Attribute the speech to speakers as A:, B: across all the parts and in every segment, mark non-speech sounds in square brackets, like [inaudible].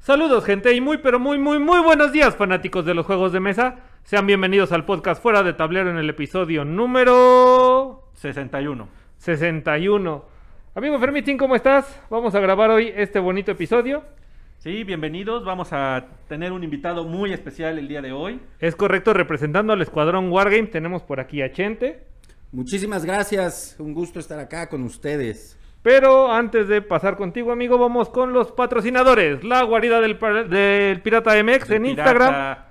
A: Saludos gente y muy pero muy muy muy buenos días fanáticos de los juegos de mesa. Sean bienvenidos al podcast Fuera de Tablero en el episodio número
B: 61.
A: 61. Amigo Fermitín, ¿cómo estás? Vamos a grabar hoy este bonito episodio.
B: Sí, bienvenidos. Vamos a tener un invitado muy especial el día de hoy.
A: Es correcto, representando al escuadrón Wargame tenemos por aquí a Chente.
C: Muchísimas gracias, un gusto estar acá con ustedes.
A: Pero antes de pasar contigo, amigo, vamos con los patrocinadores. La guarida del, pa- del Pirata MX en
B: El
A: Instagram.
B: pirata.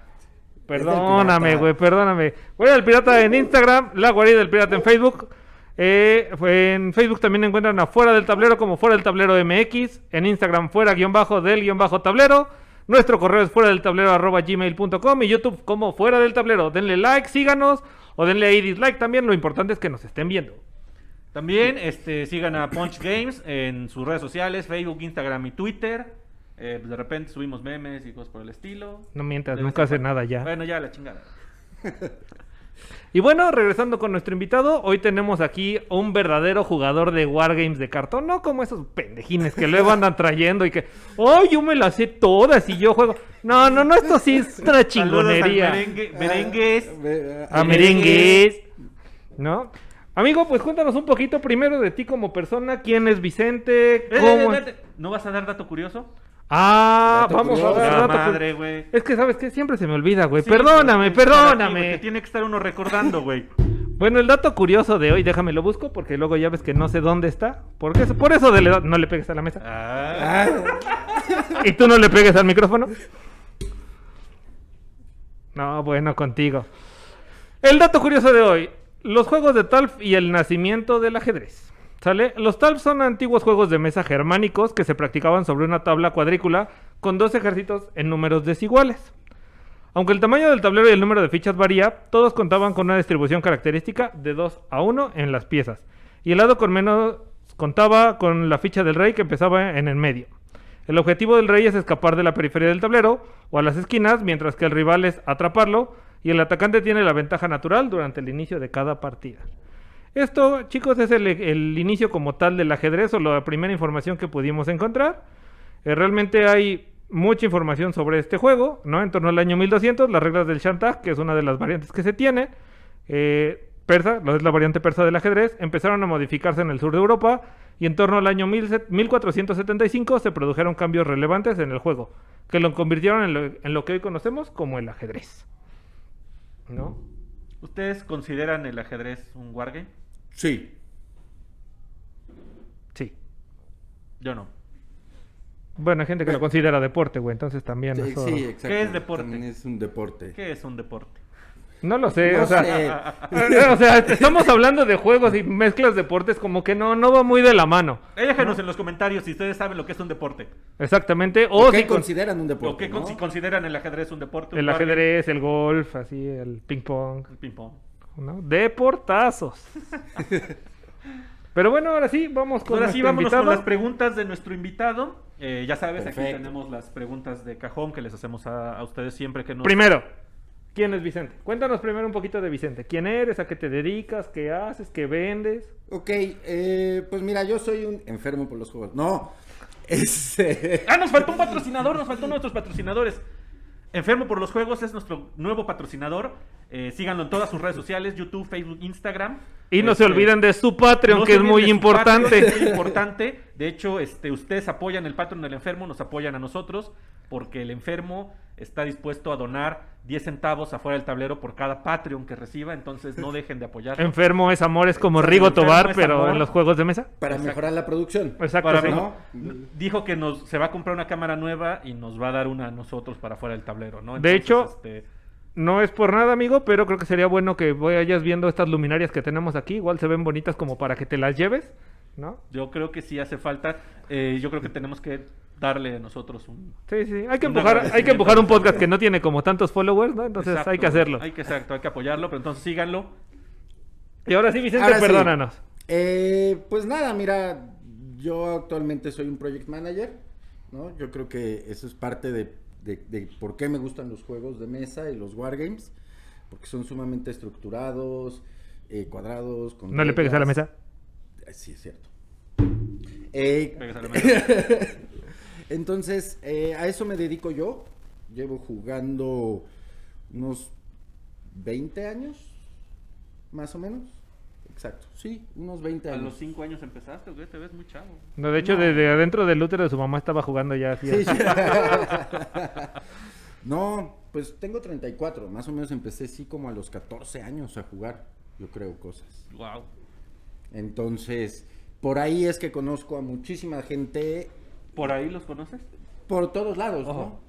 A: Perdóname,
C: pirata.
A: güey, perdóname. Bueno, el pirata en Instagram, la guarida del pirata en Facebook. Eh, fue en Facebook también encuentran a Fuera del Tablero como Fuera del Tablero MX. En Instagram, fuera guión bajo del guión bajo tablero. Nuestro correo es fuera del tablero arroba gmail.com y YouTube como Fuera del Tablero. Denle like, síganos o denle ahí dislike también. Lo importante es que nos estén viendo.
B: También este, sigan a Punch Games en sus redes sociales, Facebook, Instagram y Twitter. Eh, pues, de repente subimos memes y cosas por el estilo.
A: No mientas,
B: De
A: nunca
B: vez en
A: hace nada ya.
B: Bueno, ya la chingada.
A: Y bueno, regresando con nuestro invitado, hoy tenemos aquí un verdadero jugador de Wargames de cartón, no como esos pendejines que luego
B: [laughs]
A: andan trayendo y que, ¡oh, yo me las sé todas y yo juego! No, no, no, esto sí es una
B: Saludos al
A: chingonería.
B: merengue- merengues.
C: Ah, ve- ah,
A: A merengues. ¿No? Amigo, pues cuéntanos un poquito primero de ti como persona, quién es Vicente,
B: Eh,
A: cómo...
B: eh, espérate, ¿No vas a dar dato curioso?
A: Ah,
C: Dato
A: vamos a
C: curioso.
A: ver.
B: La
A: dato cu-
B: madre, güey.
A: Es que, ¿sabes qué? Siempre se me olvida, güey.
B: Sí,
A: perdóname,
B: pero es para ti, güey,
A: perdóname.
B: que tiene que estar uno recordando, güey.
A: Bueno, el dato curioso de hoy, déjame lo busco porque luego ya ves que no sé dónde está. Porque eso, por eso de la edad- no le pegues a la mesa.
B: Ah.
A: [laughs]
C: Ah,
A: Y tú no le pegues al micrófono. No, bueno, contigo. El dato curioso de hoy, los juegos de Talf y el nacimiento del ajedrez. ¿Sale? Los Talf son antiguos juegos de mesa germánicos que se practicaban sobre una tabla cuadrícula con dos ejércitos en números desiguales. Aunque el tamaño del tablero y el número de fichas varía, todos contaban con una distribución característica de 2 a 1 en las piezas. Y el lado con menos contaba con la ficha del rey que empezaba en el medio. El objetivo del rey es escapar de la periferia del tablero o a las esquinas, mientras que el rival es atraparlo y el atacante tiene la ventaja natural durante el inicio de cada partida. Esto, chicos, es el, el inicio como tal del ajedrez o la primera información que pudimos encontrar. Eh, realmente hay mucha información sobre este juego, ¿no? En torno al año 1200, las reglas del Shantak, que es una de las variantes que se tiene, eh, persa, lo es la variante persa del ajedrez, empezaron a modificarse en el sur de Europa y en torno al año 1000 1475 se produjeron cambios relevantes en el juego, que lo convirtieron en lo, en lo que hoy conocemos como el ajedrez, ¿no?
B: ¿Ustedes consideran el ajedrez un wargame?
C: sí.
A: Sí.
B: Yo no.
A: Bueno, hay gente que lo considera deporte, güey, entonces también...
C: Sí,
A: eso-
C: sí, exacto.
B: ¿Qué es deporte?
C: También es un deporte.
B: ¿Qué Ah, es un deporte?
A: No lo sé,
C: No
A: o sea...
C: sé.
A: o sea, estamos hablando de juegos y mezclas deportes como que no, no va muy de la mano.
B: Eh, Déjenos en los comentarios si ustedes saben lo que es un deporte.
A: Exactamente. O
C: ¿O ¿Qué
A: si con-
C: consideran un
B: O
C: deporte?
B: qué con- si
C: ¿no?
B: consideran el ajedrez un deporte. un
A: el
B: wargame,
A: ajedrez, el golf, así, el ping pong,
B: El ping-pong.
A: ¿no? Deportazos. Pero bueno, ahora sí, vamos con
B: Ahora sí,
A: nuestro
B: vámonos con
A: invitado.
B: las preguntas de nuestro invitado. Eh, ya sabes, aquí
C: Perfecto.
B: tenemos las preguntas de cajón que les hacemos a, a ustedes siempre que nos...
A: Primero, ¿quién es Vicente? Cuéntanos primero un poquito de Vicente. ¿Quién eres? ¿A qué te dedicas? ¿Qué haces? ¿Qué vendes?
C: Ok, eh, pues mira, yo soy un enfermo por los juegos. No. [laughs] Este...
B: ¡Ah, nos faltó un patrocinador! Nos faltó uno de nuestros patrocinadores. Enfermo por los Juegos es nuestro nuevo patrocinador. Eh, síganlo en todas sus redes sociales, YouTube, Facebook, Instagram.
A: Y no se
B: Este,
A: olviden de su Patreon,
B: No
A: que
B: se
A: es
B: olviden
A: muy
B: de su Patreon, es muy
A: importante.
B: importante. De hecho, este, ustedes apoyan el Patreon del enfermo, nos apoyan a nosotros, porque el enfermo está dispuesto a donar 10 centavos afuera del tablero por cada Patreon que reciba, entonces no dejen de apoyar.
A: Enfermo es amor, es como
B: Exacto,
A: Rigo
B: enfermo
A: Tobar,
B: es
A: pero
B: amor.
A: en los juegos de mesa.
C: Para mejorar la producción.
A: Exacto,
B: Para
A: sí.
B: mí-
C: ¿no?
B: Dijo que nos, se va a comprar una cámara nueva y nos va a dar una a nosotros para afuera del tablero, ¿no?
A: De hecho-
B: este,
A: No es por nada, amigo, pero creo que sería bueno que vayas viendo estas luminarias que tenemos aquí. Igual se ven bonitas como para que te las lleves, ¿no?
B: yo creo que sí hace falta. eh, yo creo que tenemos que darle nosotros un.
A: Sí, sí. Hay que empujar,
B: Un
A: hay que
B: agradecimiento.
A: empujar un podcast que no tiene como tantos followers, ¿no? Entonces hay
B: Exacto,
A: que hacerlo.
B: Hay que, exacto, hay que apoyarlo, pero entonces síganlo.
A: Y ahora sí, Vicente,
C: Ahora sí.
A: perdónanos.
C: Eh, pues nada, mira, yo actualmente soy un project manager, ¿no? Yo creo que eso es parte de, de- de por qué me gustan los juegos de mesa y los wargames, porque son sumamente estructurados, eh, cuadrados. Con
A: No le pegues a la
C: reglas.
A: mesa.
C: [laughs] Eh, Sí, es cierto. Eh,
B: Pégase a la mesa.
C: Entonces, eh, a eso me dedico yo. Llevo jugando unos 20 años, más o menos. Exacto, sí, unos 20
B: A
C: años.
B: los cinco años empezaste, güey, te ves muy chavo.
A: No, de hecho, desde adentro del útero de su mamá estaba jugando ya. así.
C: Sí, sí. [laughs] no, pues tengo 34, más o menos empecé sí como a los 14 años a jugar, yo creo, cosas.
B: Wow.
C: Entonces, por ahí es que conozco a muchísima gente
B: ¿Por ahí los conoces?
C: por todos lados,
B: Ojo.
C: ¿no?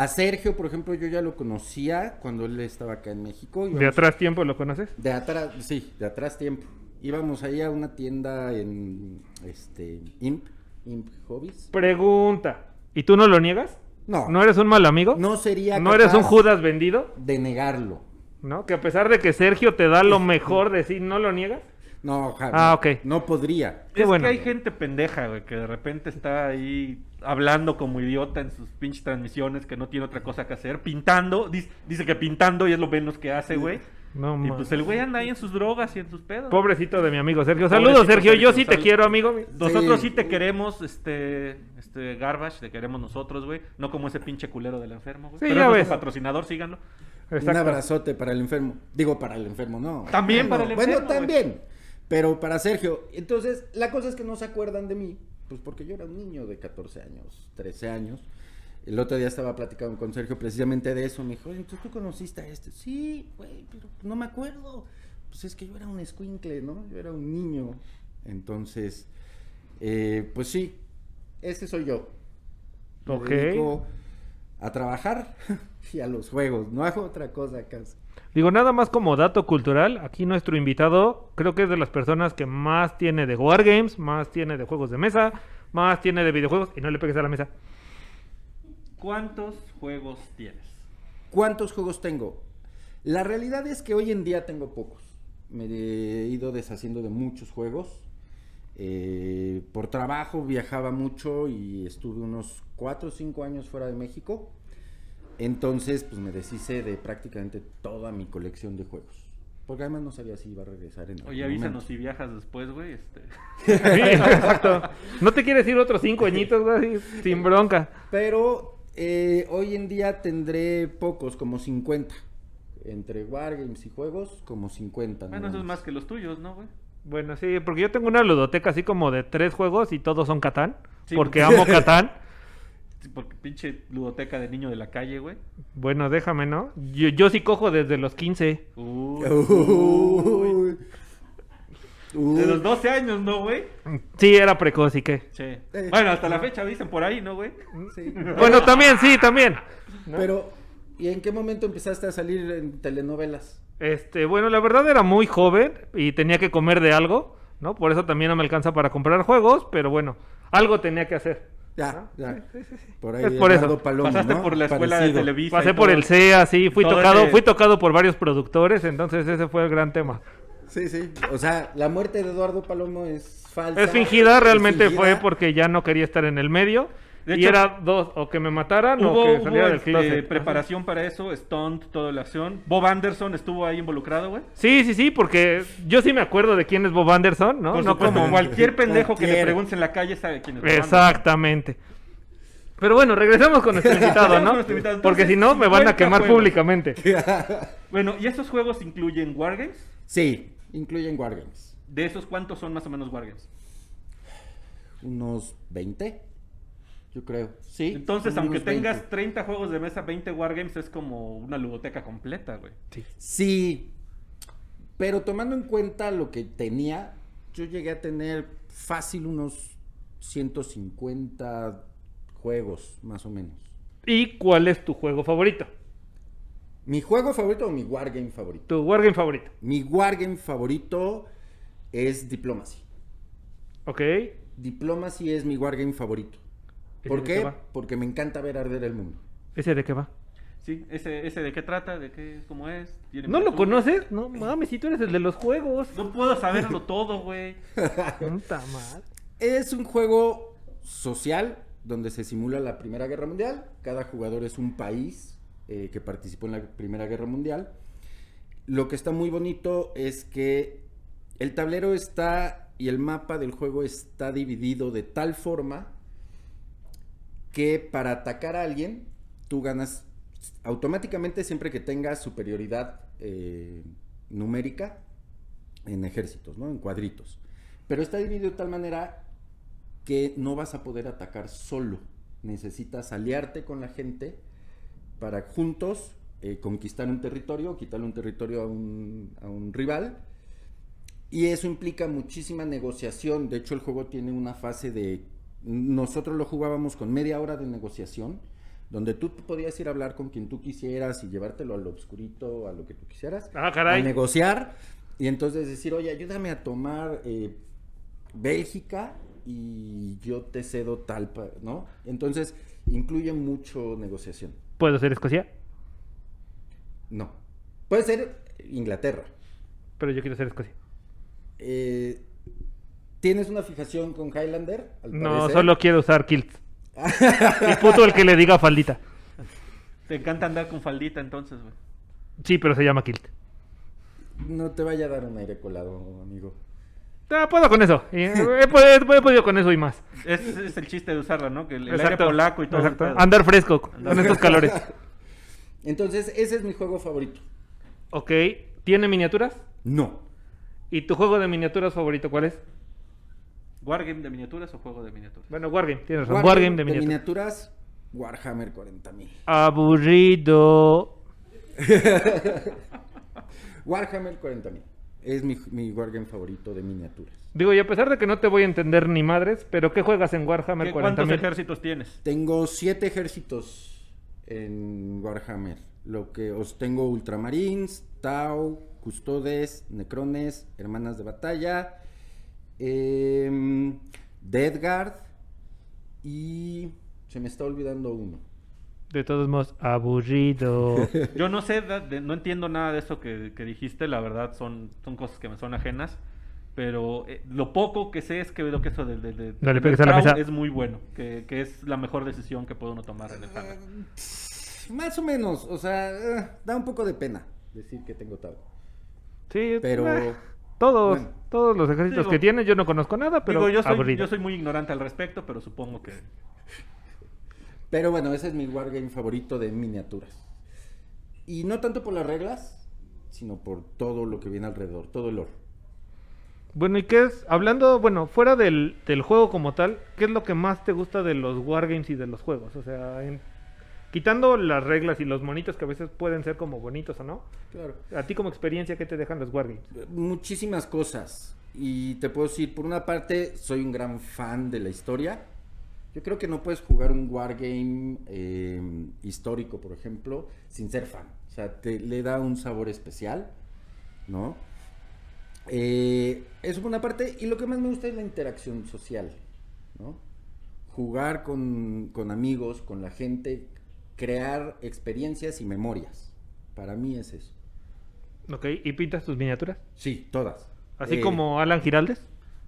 C: A Sergio, por ejemplo, yo ya lo conocía cuando él estaba acá en México.
A: ¿De
C: Íbamos-
A: atrás tiempo lo conoces?
C: De atrás, sí, de atrás tiempo. Íbamos ahí a una tienda en este Imp, Imp Hobbies.
A: Pregunta. ¿Y tú no lo niegas?
C: No.
A: ¿No eres un mal amigo?
C: No sería
A: ¿No eres
C: capaz
A: un Judas vendido?
C: de negarlo.
A: ¿No? Que a pesar de que Sergio te da lo mejor de sí, ¿no lo niegas?
C: No, ja-
A: Ah, ok.
C: No podría.
A: Qué
B: es
A: bueno.
B: que hay gente pendeja, güey, que de repente está ahí hablando como idiota en sus pinches transmisiones, que no tiene otra cosa que hacer, pintando, dis- dice, que pintando y es lo menos que hace, güey.
A: No,
B: y
A: ma-
B: pues el güey anda ahí en sus drogas y en sus pedos.
A: Pobrecito de mi amigo Sergio.
B: Pobrecito
A: Saludos, Sergio. Yo
B: Sergio,
A: sí te
B: saludos.
A: quiero, amigo.
B: Nosotros sí.
C: Sí.
B: te queremos, este, este Garbage, te queremos nosotros, güey. No como ese pinche culero del enfermo, güey.
A: Sí,
B: Pero
A: ya
B: es nuestro
A: ves.
B: patrocinador, síganlo.
A: Exacto.
C: Un abrazote para el enfermo. Digo, para el enfermo, no.
B: También para el enfermo,
C: Bueno,
B: güey.
C: también. Pero para Sergio. Entonces, la cosa es que no se acuerdan de mí. Pues porque yo era un niño de 14 años, 13 años. El otro día estaba platicando con Sergio precisamente de eso. Me dijo, "Oye, entonces tú conociste a este. Sí, güey, pero no me acuerdo. Pues es que yo era un escuincle, ¿no? Yo era un niño. Entonces, eh, pues sí, este soy yo. Me
A: Ok.
C: dedico a trabajar [laughs] y a los juegos. No hago otra cosa casi.
A: Digo, nada más como dato cultural, aquí nuestro invitado creo que es de las personas que más tiene de Wargames, más tiene de juegos de mesa, más tiene de videojuegos, y no le pegues a la mesa.
B: ¿Cuántos juegos tienes?
C: ¿Cuántos juegos tengo? La realidad es que hoy en día tengo pocos. Me he ido deshaciendo de muchos juegos. Eh, por trabajo viajaba mucho y estuve unos 4 o 5 años fuera de México. Entonces, pues me deshice de prácticamente toda mi colección de juegos. Porque además no sabía si iba a regresar en algún
B: Oye, avísanos
C: momento.
B: si viajas después, güey. Este.
A: Sí, exacto. No te quieres ir otros cinco añitos, güey, así, sin bronca.
C: Pero eh, hoy en día tendré pocos, como 50. Entre Wargames y juegos, como 50.
B: Bueno,
C: nada
B: eso es
C: más.
B: más que los tuyos, ¿no, güey?
A: Bueno, sí, porque yo tengo una ludoteca así como de tres juegos y todos son Catán,
B: Sí.
A: porque amo Catán.
B: Sí, Porque pinche ludoteca de niño de la calle, güey.
A: Bueno, déjame, ¿no? Yo, yo sí cojo desde los 15.
B: Uy.
C: Uy.
B: De los
C: Uy.
B: 12 años, ¿no, güey?
A: Sí, era precoz y qué.
B: Sí.
C: Eh.
B: Bueno, hasta la fecha dicen por ahí, ¿no, güey?
C: Sí.
A: Bueno, también, sí, también.
C: Pero, ¿y en qué momento empezaste a salir en telenovelas?
A: Este, bueno, la verdad era muy joven y tenía que comer de algo, ¿no? Por eso también no me alcanza para comprar juegos, pero bueno, algo tenía que hacer.
C: Ya, ya. Por ahí
A: Es por
C: Eduardo
A: eso.
C: Palomo,
B: Pasaste
C: ¿no?
B: por la escuela
C: Parecido.
B: de Televisa. y
A: Pasé por
B: todo.
A: el CEA, sí, fui
B: todo
A: tocado,
B: ese-
A: fui tocado por varios productores, entonces ese fue el gran tema.
C: Sí, sí. O sea, la muerte de Eduardo Palomo es falsa.
A: Es fingida, realmente
C: es
A: fue
C: fingida.
A: porque ya no quería estar en el medio.
B: De
A: y
B: hecho,
A: era dos, o que me mataran
B: Hubo,
A: o que
B: hubo,
A: saliera del
B: este,
A: closet.
B: preparación para eso, Stunt, toda la acción. Bob Anderson estuvo ahí involucrado, güey.
A: Sí, sí, sí, porque yo sí me acuerdo de quién es Bob Anderson, ¿no?
B: Por
A: no
B: supuesto,
A: como
B: cualquier pendejo que le
C: Cualquiera.
B: preguntes en la calle sabe quién es. Bob Anderson.
A: Exactamente. Pero bueno, regresemos con
B: [laughs]
A: nuestro invitado,
B: Regresemos
A: ¿no?
B: con nuestro invitado.
A: Porque si no, me van a
B: 50
A: quemar
B: juegos.
A: públicamente.
B: Bueno, ¿y esos juegos incluyen Wargames?
C: Sí, incluyen Wargames.
B: ¿De esos cuántos son más o menos Wargames?
C: Unos 20, yo creo. Sí.
B: Entonces,
C: unos
B: aunque
C: 20.
B: tengas 30 juegos de mesa, 20 Wargames es como una ludoteca completa, güey.
C: Sí, pero tomando en cuenta lo que tenía, yo llegué a tener fácil unos 150 juegos, más o menos.
A: ¿Y cuál es tu juego favorito?
C: ¿Mi juego favorito o mi wargame favorito?
A: Tu wargame favorito.
C: Mi wargame favorito es Diplomacy.
A: ¿Ok?
C: Diplomacy es mi wargame favorito.
A: ¿Ese
C: ¿Por
A: de qué
C: qué?
A: va?
C: Porque me encanta ver arder el mundo.
A: ¿Ese de qué va?
B: Sí, ese, ese de qué trata, de qué, cómo es. ¿Tiene
A: ¿No lo
B: miniaturas?
A: conoces? No mames, si tú eres el de los juegos.
B: No puedo saberlo todo, güey.
A: Puta madre.
C: Es un juego social donde se simula la Primera Guerra Mundial. Cada jugador es un país eh, que participó en la Primera Guerra Mundial. Lo que está muy bonito es que el tablero está y el mapa del juego está dividido de tal forma que para atacar a alguien tú ganas automáticamente siempre que tengas superioridad eh, numérica en ejércitos, ¿no? En cuadritos. Pero está dividido de tal manera que no vas a poder atacar solo. Necesitas aliarte con la gente para juntos eh, conquistar un territorio, quitarle un territorio a un, a un rival. Y eso implica muchísima negociación. De hecho, el juego tiene una fase de... Nosotros lo jugábamos con media hora de negociación, donde tú podías ir a hablar con quien tú quisieras y llevártelo al obscurito, a lo que tú quisieras.
A: Ah, caray.
C: A negociar. Y entonces decir, oye, ayúdame a tomar eh, Bélgica y yo te cedo tal, pa- ¿no? Entonces, incluye mucho negociación.
A: ¿Puedo ser Escocia?
C: No. Puede ser Inglaterra.
A: Pero yo quiero ser Escocia.
C: Eh, ¿Tienes una fijación con Highlander? Al
A: No,
C: parecer.
A: solo quiero usar kilt.
C: [laughs]
A: y puto el que le diga faldita.
B: Te encanta andar con faldita entonces, güey.
A: Sí, pero se llama kilt.
C: No te vaya a dar un aire colado, amigo.
A: Ah, puedo con eso. Y, eh, He, pod- he podido, con eso y más.
B: Ese es el chiste de usarla, ¿no? Que el, el aire
A: Exacto,
B: polaco y todo. el
A: exacto.
B: pedo.
A: Andar fresco con
B: Andar
A: estos calores.
B: [laughs]
C: Entonces, ese es mi juego favorito.
A: Ok. ¿Tiene miniaturas?
C: No.
A: ¿Y tu juego de miniaturas favorito cuál es?
B: ¿Wargame de miniaturas o juego de miniaturas?
A: Bueno, Wargame. Tienes razón. Wargame de miniaturas.
C: miniaturas. Warhammer 40.000.
A: Aburrido.
C: Warhammer 40.000. Es mi, mi Wargame favorito de miniaturas.
A: Digo, y a pesar de que no te voy a entender ni madres, pero ¿qué juegas en Warhammer
B: ¿Qué- ¿Cuántos
A: 40.000?
B: ejércitos tienes?
C: Tengo siete ejércitos en Warhammer. Lo que os tengo Ultramarines, Tau, Custodes, Necrones, Hermanas de Batalla, em, Death Guard y se me está olvidando uno.
A: De todos modos, aburrido.
B: Yo no sé, da- de- no entiendo nada de eso que, que dijiste, la verdad son, son cosas que me son ajenas, pero eh, lo poco que sé es que veo que eso de, de- de-
A: No le
B: del
A: pegues a la
B: Tau
A: mesa.
B: es muy bueno, que, que es la mejor decisión que puede uno tomar en el Hammer.
C: Más o menos, o sea, eh, da un poco de pena decir que tengo Tau.
A: Sí,
C: Pero
A: [laughs] eh, todos,
C: bueno.
A: todos los ejércitos
B: Digo-
A: que tiene, yo no conozco nada, pero
B: Digo, yo soy,
A: aburrido.
B: yo soy muy ignorante al respecto, pero supongo que...
C: Pero bueno, ese es mi wargame favorito de miniaturas. Y no tanto por las reglas, sino por todo lo que viene alrededor, todo el lore.
A: Bueno, ¿y qué es? Hablando, bueno, fuera del, del juego como tal, ¿qué es lo que más te gusta de los wargames y de los juegos? O sea, en- quitando las reglas y los monitos que a veces pueden ser como bonitos o no,
C: Claro.
A: ¿a ti como experiencia qué te dejan los wargames?
C: Muchísimas cosas. Y te puedo decir, por una parte, soy un gran fan de la historia. Yo creo que no puedes jugar un wargame eh, histórico, por ejemplo, sin ser fan. O sea, te le da un sabor especial, ¿no? Eh, eso por una parte. Y lo que más me gusta es la interacción social, ¿no? Jugar con, con amigos, con la gente, crear experiencias y memorias. Para mí es eso.
A: Ok, ¿y pintas tus miniaturas?
C: Sí, todas.
A: Así
C: Eh,
A: como Alan Giraldes.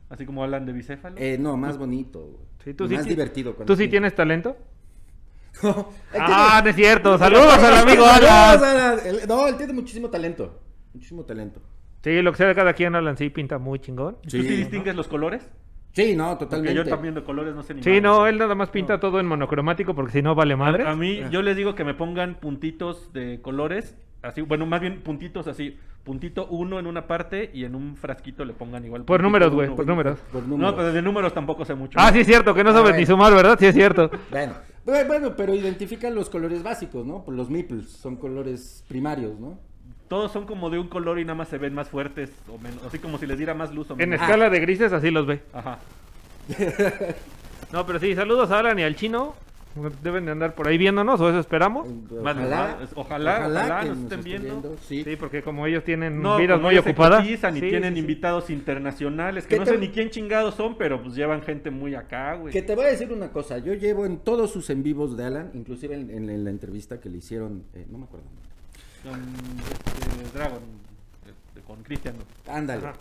B: Así como hablan de bicéfalo.
C: Eh, no, más bonito. güey.
A: Sí, tú sí
C: más
A: ti-
C: divertido. cuando
A: ¿Tú sí
C: tiene- [laughs]
A: tienes talento?
C: Él
A: Ah, no
C: tiene-
A: es cierto. Saludos al
C: [laughs]
A: amigo
C: Saludos,
A: Alan.
C: Alan. Él- No, él tiene muchísimo talento. Muchísimo talento.
A: Sí, lo que sea de cada quien, Alan sí pinta muy chingón.
B: ¿Tú sí, distingues los colores?
C: Sí, no,
B: Porque
C: totalmente.
B: yo también de colores no sé ni
A: Sí,
B: madre.
A: no, él Ah. nada más pinta todo en monocromático porque si no vale madre.
B: A mí, yo les digo que me pongan puntitos de colores, así, bueno, más bien puntitos así, puntito uno en una parte y en un frasquito le pongan igual.
A: Por
B: puntito
A: números, güey,
B: uno,
A: por números.
C: Por números.
B: No, pues, pero de números tampoco sé mucho.
A: Ah, sí es cierto, que no
C: Ah,
A: sabes ni
C: bueno.
A: sumar, ¿verdad? Sí es cierto.
C: Bueno, bu- bueno, pero identifica los colores básicos, ¿no? Pues los meeples son colores primarios, ¿no?
B: Todos son como de un color y nada más se ven más fuertes o menos, así como si les diera más luz o
A: En
B: menos.
A: escala de grises así los ve.
B: Ajá.
A: No, pero sí, saludos a Alan y al chino. Deben de andar por ahí viéndonos, o eso esperamos.
B: Más les va- es- ojalá- ojalá
C: que
B: nos estén viendo.
C: Sí.
A: Sí, porque como ellos tienen
B: No,
A: vidas
B: como
A: muy
B: ellos se
A: ocupadas.
B: cotizan y
A: Sí,
B: tienen
A: sí, sí.
B: invitados internacionales que
C: ¿Qué
B: no
C: tal-
B: sé ni quién chingados son, pero pues llevan gente muy acá, güey.
C: Que te voy a decir una cosa, yo llevo en todos sus en vivos de Alan, inclusive en, en- en la entrevista que le hicieron, eh, no me acuerdo.
B: Con este, Dragon, este, con Cristian. ¿no?
C: Ándale.
A: Ajá.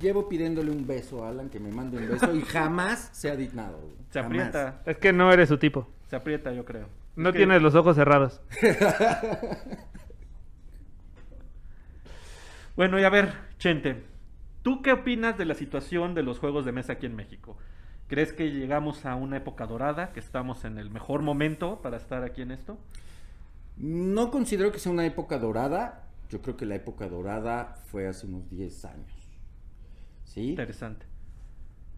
C: Llevo pidiéndole un beso a Alan que me mande un beso y jamás se ha dignado. güey.
B: Se
C: Jamás.
B: aprieta,
A: Es que no eres su tipo.
B: se aprieta yo creo.
A: No
B: Es que-
A: tienes los ojos cerrados.
B: Bueno, y a ver, Chente, ¿tú qué opinas de la situación de los juegos de mesa aquí en México? ¿Crees que llegamos a una época dorada, que estamos en el mejor momento para estar aquí en esto?
C: No considero que sea una época dorada. Yo creo que la época dorada fue hace unos 10 años. ¿Sí?
B: Interesante.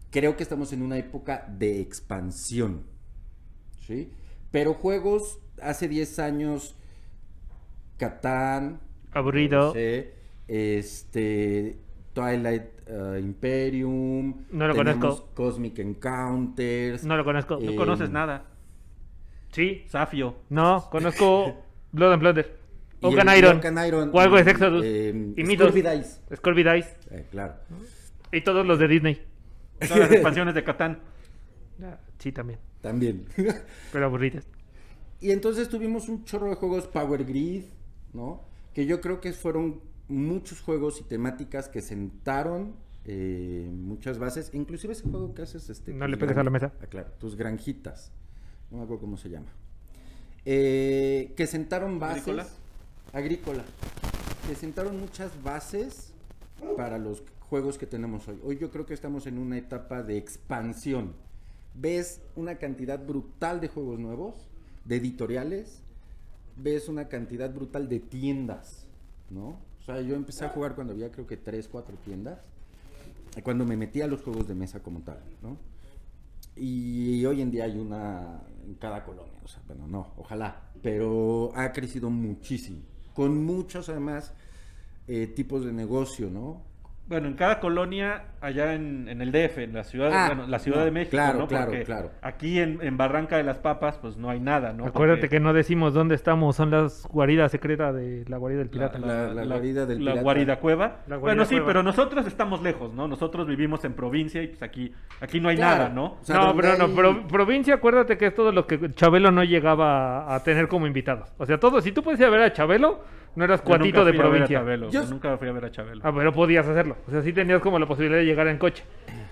C: Creo que estamos en una época de expansión. ¿Sí? Pero juegos hace 10 años, Catán.
A: Aburrido.
C: no sé, este. Twilight eh, Imperium.
A: No lo
C: tenemos
A: conozco.
C: Cosmic Encounters.
A: No lo conozco.
B: No
C: Eh,
B: conoces nada.
A: Sí.
B: Safio.
A: No,
C: [laughs]
A: conozco Blood and Plunder.
C: y
A: Oakan
C: el-
A: Iron.
C: Oakan Iron,
A: O algo de
C: y,
A: Sexodus.
C: eh,
A: y Midos.
C: Scurvy Dice.
A: Scurvy Dice.
C: Eh, claro.
A: Y todos los de Disney.
B: Todas las expansiones de Catán.
A: Ah, Sí, también.
C: También. [laughs]
A: Pero aburridas.
C: y entonces tuvimos un chorro de juegos Power Grid, ¿no? Que yo creo que fueron muchos juegos y temáticas que sentaron eh, muchas bases. Inclusive ese juego que haces... Este,
A: No le
C: tus
A: pegues
C: gran-
A: a la mesa.
C: Ah, claro, tus granjitas. No me acuerdo cómo se llama. Eh, que sentaron bases...
B: ¿Agrícola?
C: Agrícola. Que sentaron muchas bases para los juegos que tenemos hoy. Hoy yo creo que estamos en una etapa de expansión. Ves una cantidad brutal de juegos nuevos, de editoriales, ves una cantidad brutal de tiendas, ¿no? O sea, yo empecé a jugar cuando había creo que tres, cuatro tiendas, cuando me metí a los juegos de mesa como tal, ¿no? Y hoy en día hay una en cada colonia, o sea, bueno, no, ojalá, pero ha crecido muchísimo, con muchos además eh, tipos de negocio, ¿no?
B: Bueno, en cada colonia, allá en, en el DF, en la ciudad,
C: Ah,
B: bueno, la ciudad
C: no,
B: de México,
C: claro,
B: ¿no?
C: claro,
B: Porque
C: claro.
B: Aquí en, en Barranca de las Papas, pues no hay nada, ¿no?
A: Acuérdate
B: Porque
A: que no decimos dónde estamos. Son las guaridas secretas de la guarida del pirata.
C: la- la guarida del
B: la
C: pirata.
B: guarida cueva.
A: La guarida
B: bueno, sí,
A: cueva.
B: pero nosotros estamos lejos, ¿no? Nosotros vivimos en provincia y pues aquí, aquí no hay
C: Claro.
B: nada, ¿no?
C: O sea,
A: no,
C: donde
A: pero no,
C: hay-
A: pro- provincia, acuérdate que es todo lo que Chabelo no llegaba a, a tener como invitados. O sea, todo, si tú podías ir a ver a Chabelo, no eras
B: Yo
A: cuatito
B: nunca
A: de
B: fui a ver a
A: provincia.
B: Chabelo,
C: Yo-
B: yo nunca fui a ver a Chabelo.
A: Ah, pero podías hacerlo. O sea, sí tenías como la posibilidad de llegar en coche.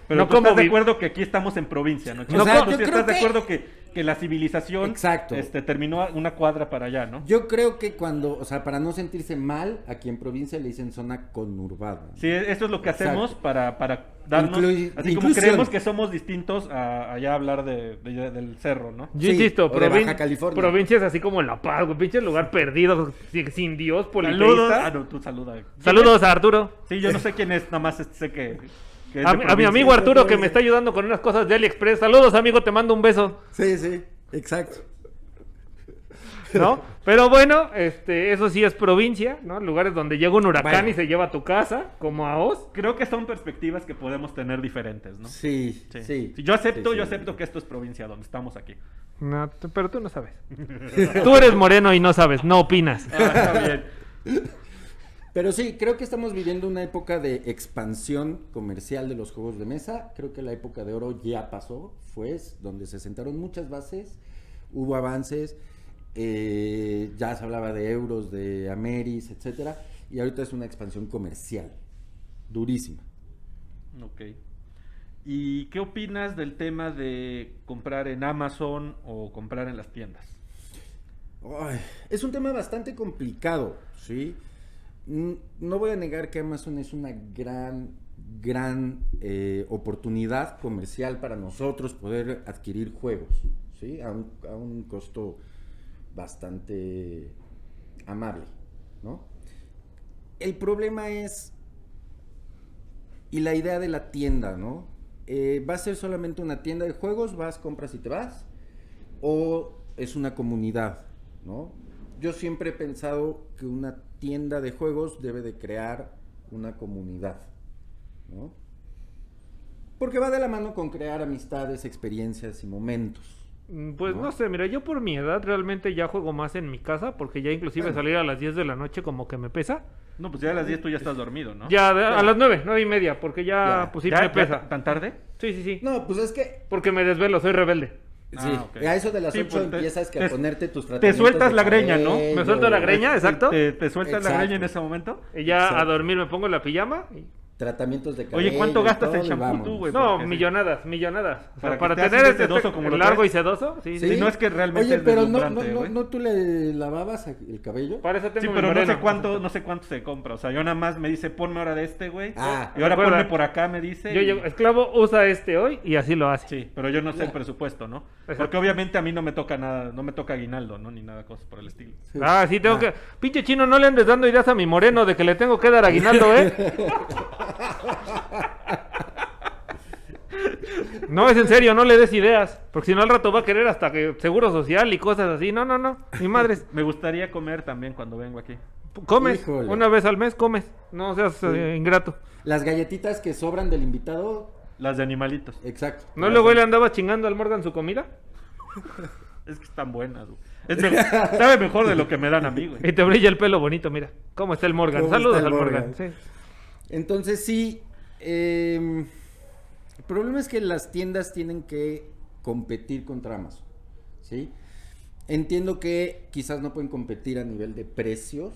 B: Pero
A: no
B: tú estás de
A: vi-
B: acuerdo que aquí estamos en provincia, ¿no?
C: O sea,
B: Entonces,
C: yo
B: sí
C: creo
B: estás de
C: que-
B: acuerdo que, que la civilización
C: Exacto.
B: Este, terminó a una cuadra para allá, ¿no?
C: Yo creo que cuando, o sea, para no sentirse mal, aquí en provincia le dicen zona conurbada.
B: Sí, e-, eso es lo que
C: Exacto.
B: hacemos para, para darnos...
C: Inclui-
B: así como
C: inclusión.
B: creemos que somos distintos a allá hablar de, de- del cerro, ¿no?
A: Yo
C: Sí,
A: insisto,
C: o de
A: provin-
C: Baja California.
A: provincias así como La Paz, güey, pinche lugar perdido, sin, sin Dios,
B: Saludos. Ah,
A: politeísta.
B: no, tú saluda.
A: Saludos a Arturo.
B: Sí, yo no sé quién es, nada más sé que... que es
A: A, mi-
B: de
A: a mi
B: provincia.
A: amigo Arturo que me está ayudando con unas cosas de AliExpress. Saludos, amigo, te mando un beso.
C: Sí, sí, exacto.
A: [laughs] ¿no? Pero bueno, este, eso sí es provincia, ¿no? Lugares donde llega un huracán
C: Bueno.
A: y se lleva a tu casa, como a Oz.
B: Creo que son perspectivas que podemos tener diferentes, ¿no?
C: Sí, sí.
B: Sí, Yo acepto,
C: Sí, sí.
B: yo acepto que esto es provincia, donde estamos aquí.
A: No, t- pero tú no sabes. [laughs] tú eres moreno y no sabes, no opinas.
B: Ah, [laughs] está bien.
C: Pero sí, creo que estamos viviendo una época de expansión comercial de los juegos de mesa. Creo que la época de oro ya pasó, fue es donde se sentaron muchas bases, hubo avances, eh, ya se hablaba de euros, de Ameris, etcétera, y ahorita es una expansión comercial, durísima.
B: Ok. ¿Y qué opinas del tema de comprar en Amazon o comprar en las tiendas?
C: Ay, es un tema bastante complicado, ¿sí? N- No voy a negar que Amazon es una gran, gran eh, oportunidad comercial para nosotros poder adquirir juegos, ¿sí? A un, a un costo bastante amable, ¿no? El problema es, y la idea de la tienda, ¿no? Eh, ¿Va a ser solamente una tienda de juegos? ¿Vas, compras y te vas? o es una comunidad, ¿no? Yo siempre he pensado que una tienda de juegos debe de crear una comunidad, ¿no? Porque va de la mano con crear amistades, experiencias y momentos.
A: Mm, Pues
C: ¿No?
A: no sé, mira, yo por mi edad realmente ya juego más en mi casa, porque ya inclusive
C: Bueno.
A: salir a las 10 de la noche como que me pesa.
B: No, pues ya a las 10 tú ya estás dormido, ¿no?
A: Ya, de- a las 9, 9 y media, porque ya,
C: Ya.
A: pues sí
B: ¿Ya-
A: me
B: ya
A: pesa.
B: tan tarde?
A: Sí, sí, sí.
C: No, pues es que
A: Porque me desvelo, soy rebelde.
B: Ah,
C: sí,
B: ok.
C: a eso de las
B: Sí,
C: 8
B: pues, te-
C: empiezas
B: [laughs]
C: que
B: te-
C: a ponerte tus
B: Te
C: tratamientos.
B: sueltas
C: de
B: la greña, ¿no?
C: cabello.
A: Me suelto la greña.
B: ¿Te-
A: exacto.
B: ¿Te, te sueltas la
C: Exacto.
B: greña en ese momento?
A: Y ya
C: Exacto.
A: a dormir me pongo la pijama y
C: tratamientos de cabello.
B: Oye, ¿cuánto
C: y
B: gastas
C: todo,
B: en
C: y
B: champú
C: vámonos.
B: tú, güey?
A: No,
B: porque sí.
A: millonadas, millonadas. O sea,
B: Para que
A: para
B: esté así
A: tener
B: de
A: este,
B: sedoso
A: este
B: como lo
A: largo y
B: traes.
A: sedoso, sí,
B: Sí,
A: sí.
B: no es que realmente
C: Oye,
B: es
C: pero no, no,
B: deslumbrante,
C: no,
B: güey.
C: no tú le lavabas el cabello.
A: Para eso tengo
B: Sí,
A: mi
B: pero no
A: moreno.
B: sé cuánto, no sé cuánto se compra. O sea, yo nada más me dice, ponme ahora de este, güey.
C: Ah.
B: y ahora
A: Recuerda.
B: ponme por acá, me dice.
A: Yo
B: y-
A: llego, esclavo usa este hoy y así lo hace.
B: Sí, pero yo no sé el
C: Ya.
B: presupuesto, ¿no? Porque
A: Exacto.
B: obviamente a mí no me toca nada, no me toca aguinaldo, ¿no? Ni nada cosas por el estilo.
A: Ah, sí, tengo que. Pinche chino, no le andes dando ideas a mi moreno de que le tengo que dar aguinaldo, ¿eh? No, es en serio, no le des ideas. Porque si no, al rato va a querer hasta que seguro social y cosas así. No, no, no. Mi madre,
B: Me gustaría comer también cuando vengo aquí.
A: comes.
C: Híjole.
A: Una vez al mes comes. No seas eh, ingrato.
C: Las galletitas que sobran del invitado,
B: Las de animalitos.
C: exacto.
A: ¿No luego le andaba chingando al Morgan su comida?
B: Es que están buenas, güey. Es
C: [laughs]
B: mejor- sabe mejor de lo que me dan a mí, güey.
A: [laughs] Y te brilla el pelo bonito, mira. ¿Cómo está el Morgan?
C: ¿Cómo
A: Saludos
C: está
A: al
C: el
A: Morgan. sí.
C: Morgan? Entonces sí, em, el problema es que las tiendas tienen que competir contra Amazon, ¿sí? Entiendo que quizás no pueden competir a nivel de precios,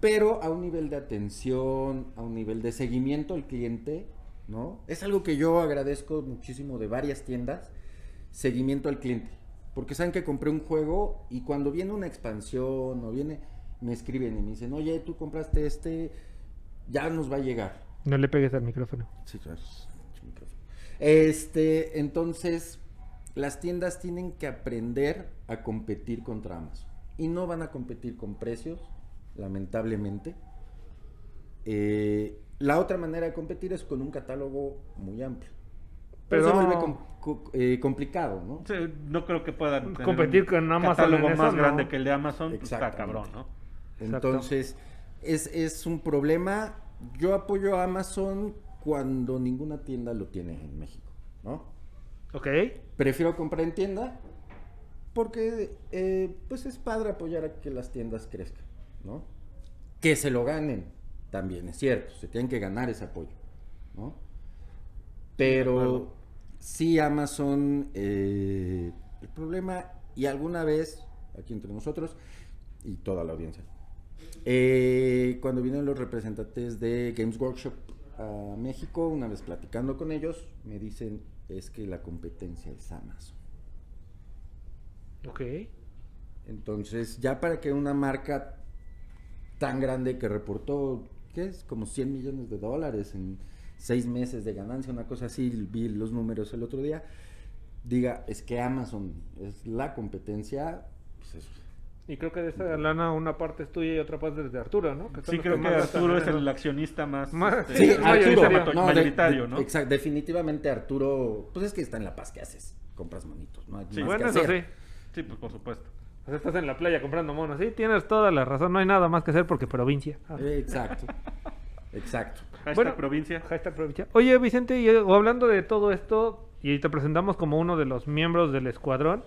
C: pero a un nivel de atención, a un nivel de seguimiento al cliente, ¿no? Es algo que yo agradezco muchísimo de varias tiendas, seguimiento al cliente. Porque saben que compré un juego y cuando viene una expansión o viene, me escriben y me dicen, oye, tú compraste este, ya nos va a llegar.
A: No le pegues al micrófono.
C: Sí, claro. Este, entonces, las tiendas tienen que aprender a competir contra Amazon. Y no van a competir con precios, lamentablemente. Eh, la otra manera de competir es con un catálogo muy amplio. Pero,
A: Pero-
C: se vuelve com- co- eh, complicado, ¿no?
B: Sí, no creo que puedan tener
A: Competir
B: un
A: con Amazon
B: catálogo
A: en eso,
B: más
A: no.
B: grande que el de Amazon pues, está
C: Exactamente.
B: cabrón, ¿no?
A: Exacto.
C: Entonces, es, es un problema. Yo apoyo a Amazon cuando ninguna tienda lo tiene en México, ¿no?
A: Ok.
C: prefiero comprar en tienda porque eh, pues es padre apoyar a que las tiendas crezcan, ¿no? Que se lo ganen, también es cierto, se tienen que ganar ese apoyo, ¿no? Pero
B: acuerdo.
C: sí Amazon, eh, el problema, y alguna vez, aquí entre nosotros y toda la audiencia, eh, cuando vinieron los representantes de Games Workshop a México, una vez platicando con ellos, me dicen es que la competencia es Amazon.
A: Ok.
C: Entonces, ya para que una marca tan grande que reportó, ¿qué es? Como 100 millones de dólares en seis meses de ganancia, una cosa así, vi los números el otro día, diga, es que Amazon es la competencia, pues eso.
A: Y creo que de esa lana una parte es tuya y otra parte es de Arturo, ¿no? son
B: Sí,
A: los
B: creo que
A: más gastan
B: Arturo es
A: dinero.
B: el accionista más
A: Más-
B: este,
A: Sí,
B: es
A: Arturo,
B: mayoritario,
A: mato-
C: no, de-
B: mayoritario,
C: de-
B: ¿no?
C: exact- definitivamente Arturo, pues es que está en la paz que haces, compras monitos, no hay
B: Sí.
C: más
A: Bueno,
C: que
A: eso
C: hacer.
A: sí.
B: Sí, pues por supuesto.
A: O sea, estás en la playa comprando monos. Sí, tienes toda la razón. No hay nada más que hacer porque provincia. Ah.
C: Eh, Exacto, exacto.
B: Hashtag
A: Bueno.
B: provincia.
A: Hashtag provincia. Oye, Vicente, y eh, hablando de todo esto, y te presentamos como uno de los miembros del escuadrón,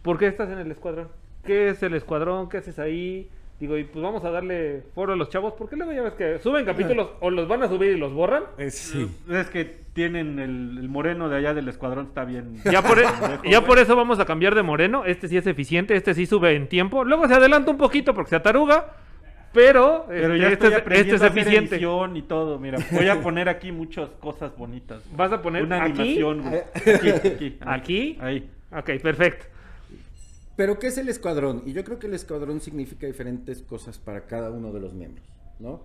A: ¿por qué estás en el escuadrón? ¿Qué es el escuadrón? ¿Qué haces ahí? Digo, y pues vamos a darle foro a los chavos, porque luego ya ves que suben capítulos o los van a subir y los borran.
C: Sí.
B: Es que tienen el, el moreno de allá del escuadrón, está bien.
A: Ya por, e-
B: pendejo,
A: ya
B: güey.
A: por eso vamos a cambiar de moreno. Este sí es eficiente, este sí sube en tiempo. Luego se adelanta un poquito porque se ataruga, pero,
B: Pero
A: este,
B: ya
A: este
B: estoy
A: es- este
B: aprendiendo
A: es,
B: a hacer
A: eficiente.
B: edición y todo. Mira, voy a poner aquí muchas cosas bonitas. güey.
A: ¿Vas a poner
B: Una
A: aquí?
B: animación, güey. Aquí, aquí,
A: ¿Aquí? [laughs]
B: Ahí.
A: Ok, perfecto.
C: Pero ¿qué es el escuadrón? Y yo creo que el escuadrón significa diferentes cosas para cada uno de los miembros, ¿no?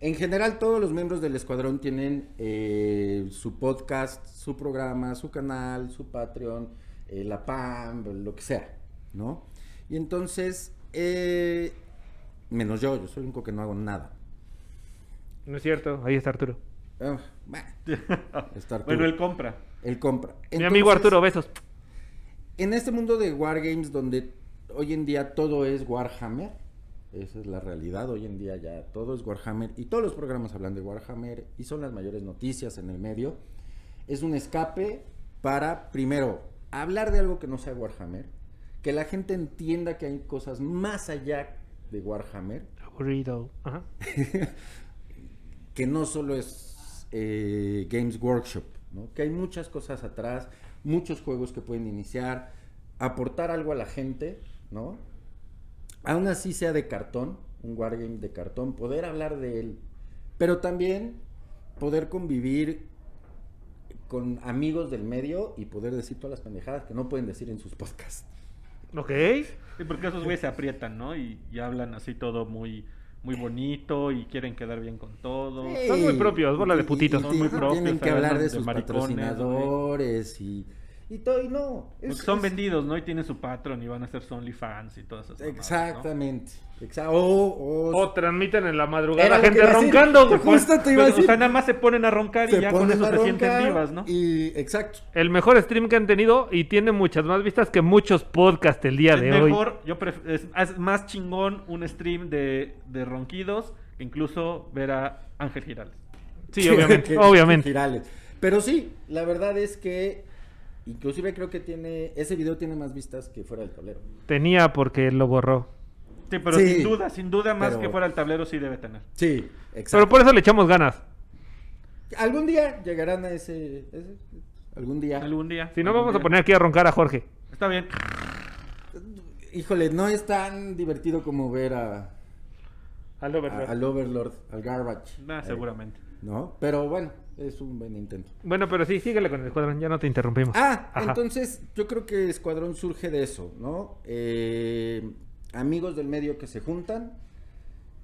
C: En general, todos los miembros del escuadrón tienen eh, su podcast, su programa, su canal, su Patreon, eh, la PAM, lo que sea, ¿no? Y entonces, eh, menos yo, yo soy el único que no hago nada.
A: No es cierto, ahí está Arturo.
C: Ah, bueno, está Arturo.
B: Bueno, él compra.
C: Él compra.
A: Mi amigo
C: Entonces,
A: Arturo, besos.
C: En este mundo de Wargames donde hoy en día todo es Warhammer, esa es la realidad, hoy en día ya todo es Warhammer y todos los programas hablan de Warhammer y son las mayores noticias en el medio, es un escape para, primero, hablar de algo que no sea Warhammer, que la gente entienda que hay cosas más allá de Warhammer,
A: Aburrido. Ajá.
C: que no solo es eh, Games Workshop, ¿no? que hay muchas cosas atrás, muchos juegos que pueden iniciar, aportar algo a la gente, ¿no? Aún así sea de cartón, un wargame de cartón, poder hablar de él, Pero también poder convivir con amigos del medio y poder decir todas las pendejadas que no pueden decir en sus podcasts.
A: Ok.
B: Sí, porque esos güeyes se aprietan, ¿no? Y, y hablan así todo muy, muy bonito y quieren quedar bien con todos.
A: Son muy propios, bola de
C: Y- y-
A: putitos.
C: y
A: Son
C: ti-
B: muy propios,
C: Tienen que
B: hablan
C: hablar de,
B: de
C: sus
B: maricones, güey.
C: patrocinadores y, y todo, y no.
B: Porque
C: es-
B: Pues son
C: es-
B: vendidos, ¿no? Y tienen su Patreon y van a hacer su OnlyFans y todas esas mamadas, ¿no?
C: Exactamente. Exa- o- o-
A: O transmiten en la madrugada la
C: Era lo que
A: gente
C: iba a decir.
A: roncando, güey.
C: Justo te iba a
B: Pero,
C: decir.
B: O sea, nada más se ponen a roncar y
C: se
B: ya con
C: ponen
B: eso
C: a
B: se sienten
C: roncar
B: vivas, ¿no?
C: Y exacto.
A: El mejor stream que han tenido y tiene muchas más vistas que muchos podcasts el día
B: Es
A: de
B: mejor,
A: hoy.
B: yo pref- es, es más chingón un stream de, de ronquidos que incluso ver a Ángel Girales.
A: Sí,
B: [laughs]
A: obviamente,
C: [laughs] Que-
A: obviamente.
C: Girales. Pero sí, la verdad es que inclusive creo que tiene ese video tiene más vistas que fuera del tablero.
A: Tenía porque lo borró.
B: Sí, pero
C: Sí.
B: sin duda, sin duda, más
C: Pero-
B: que fuera el tablero, sí debe tener.
C: Sí,
A: Pero
C: exacto.
A: por eso le echamos ganas.
C: Algún día llegarán a ese, ese- algún día.
B: Algún día.
A: Si no,
B: algún
A: vamos a
B: día.
A: poner aquí a roncar a Jorge.
B: Está bien.
C: Híjole, no es tan divertido como ver a, a-
B: Ah,
C: al Overlord, al Garbage.
B: Nah,
C: Eh,
B: seguramente.
C: No, pero bueno, es un buen intento.
A: Bueno, pero sí, síguele con el escuadrón, ya no te interrumpimos.
C: Ah,
A: Ajá.
C: entonces yo creo que Escuadrón surge de eso, ¿no? Eh, amigos del medio que se juntan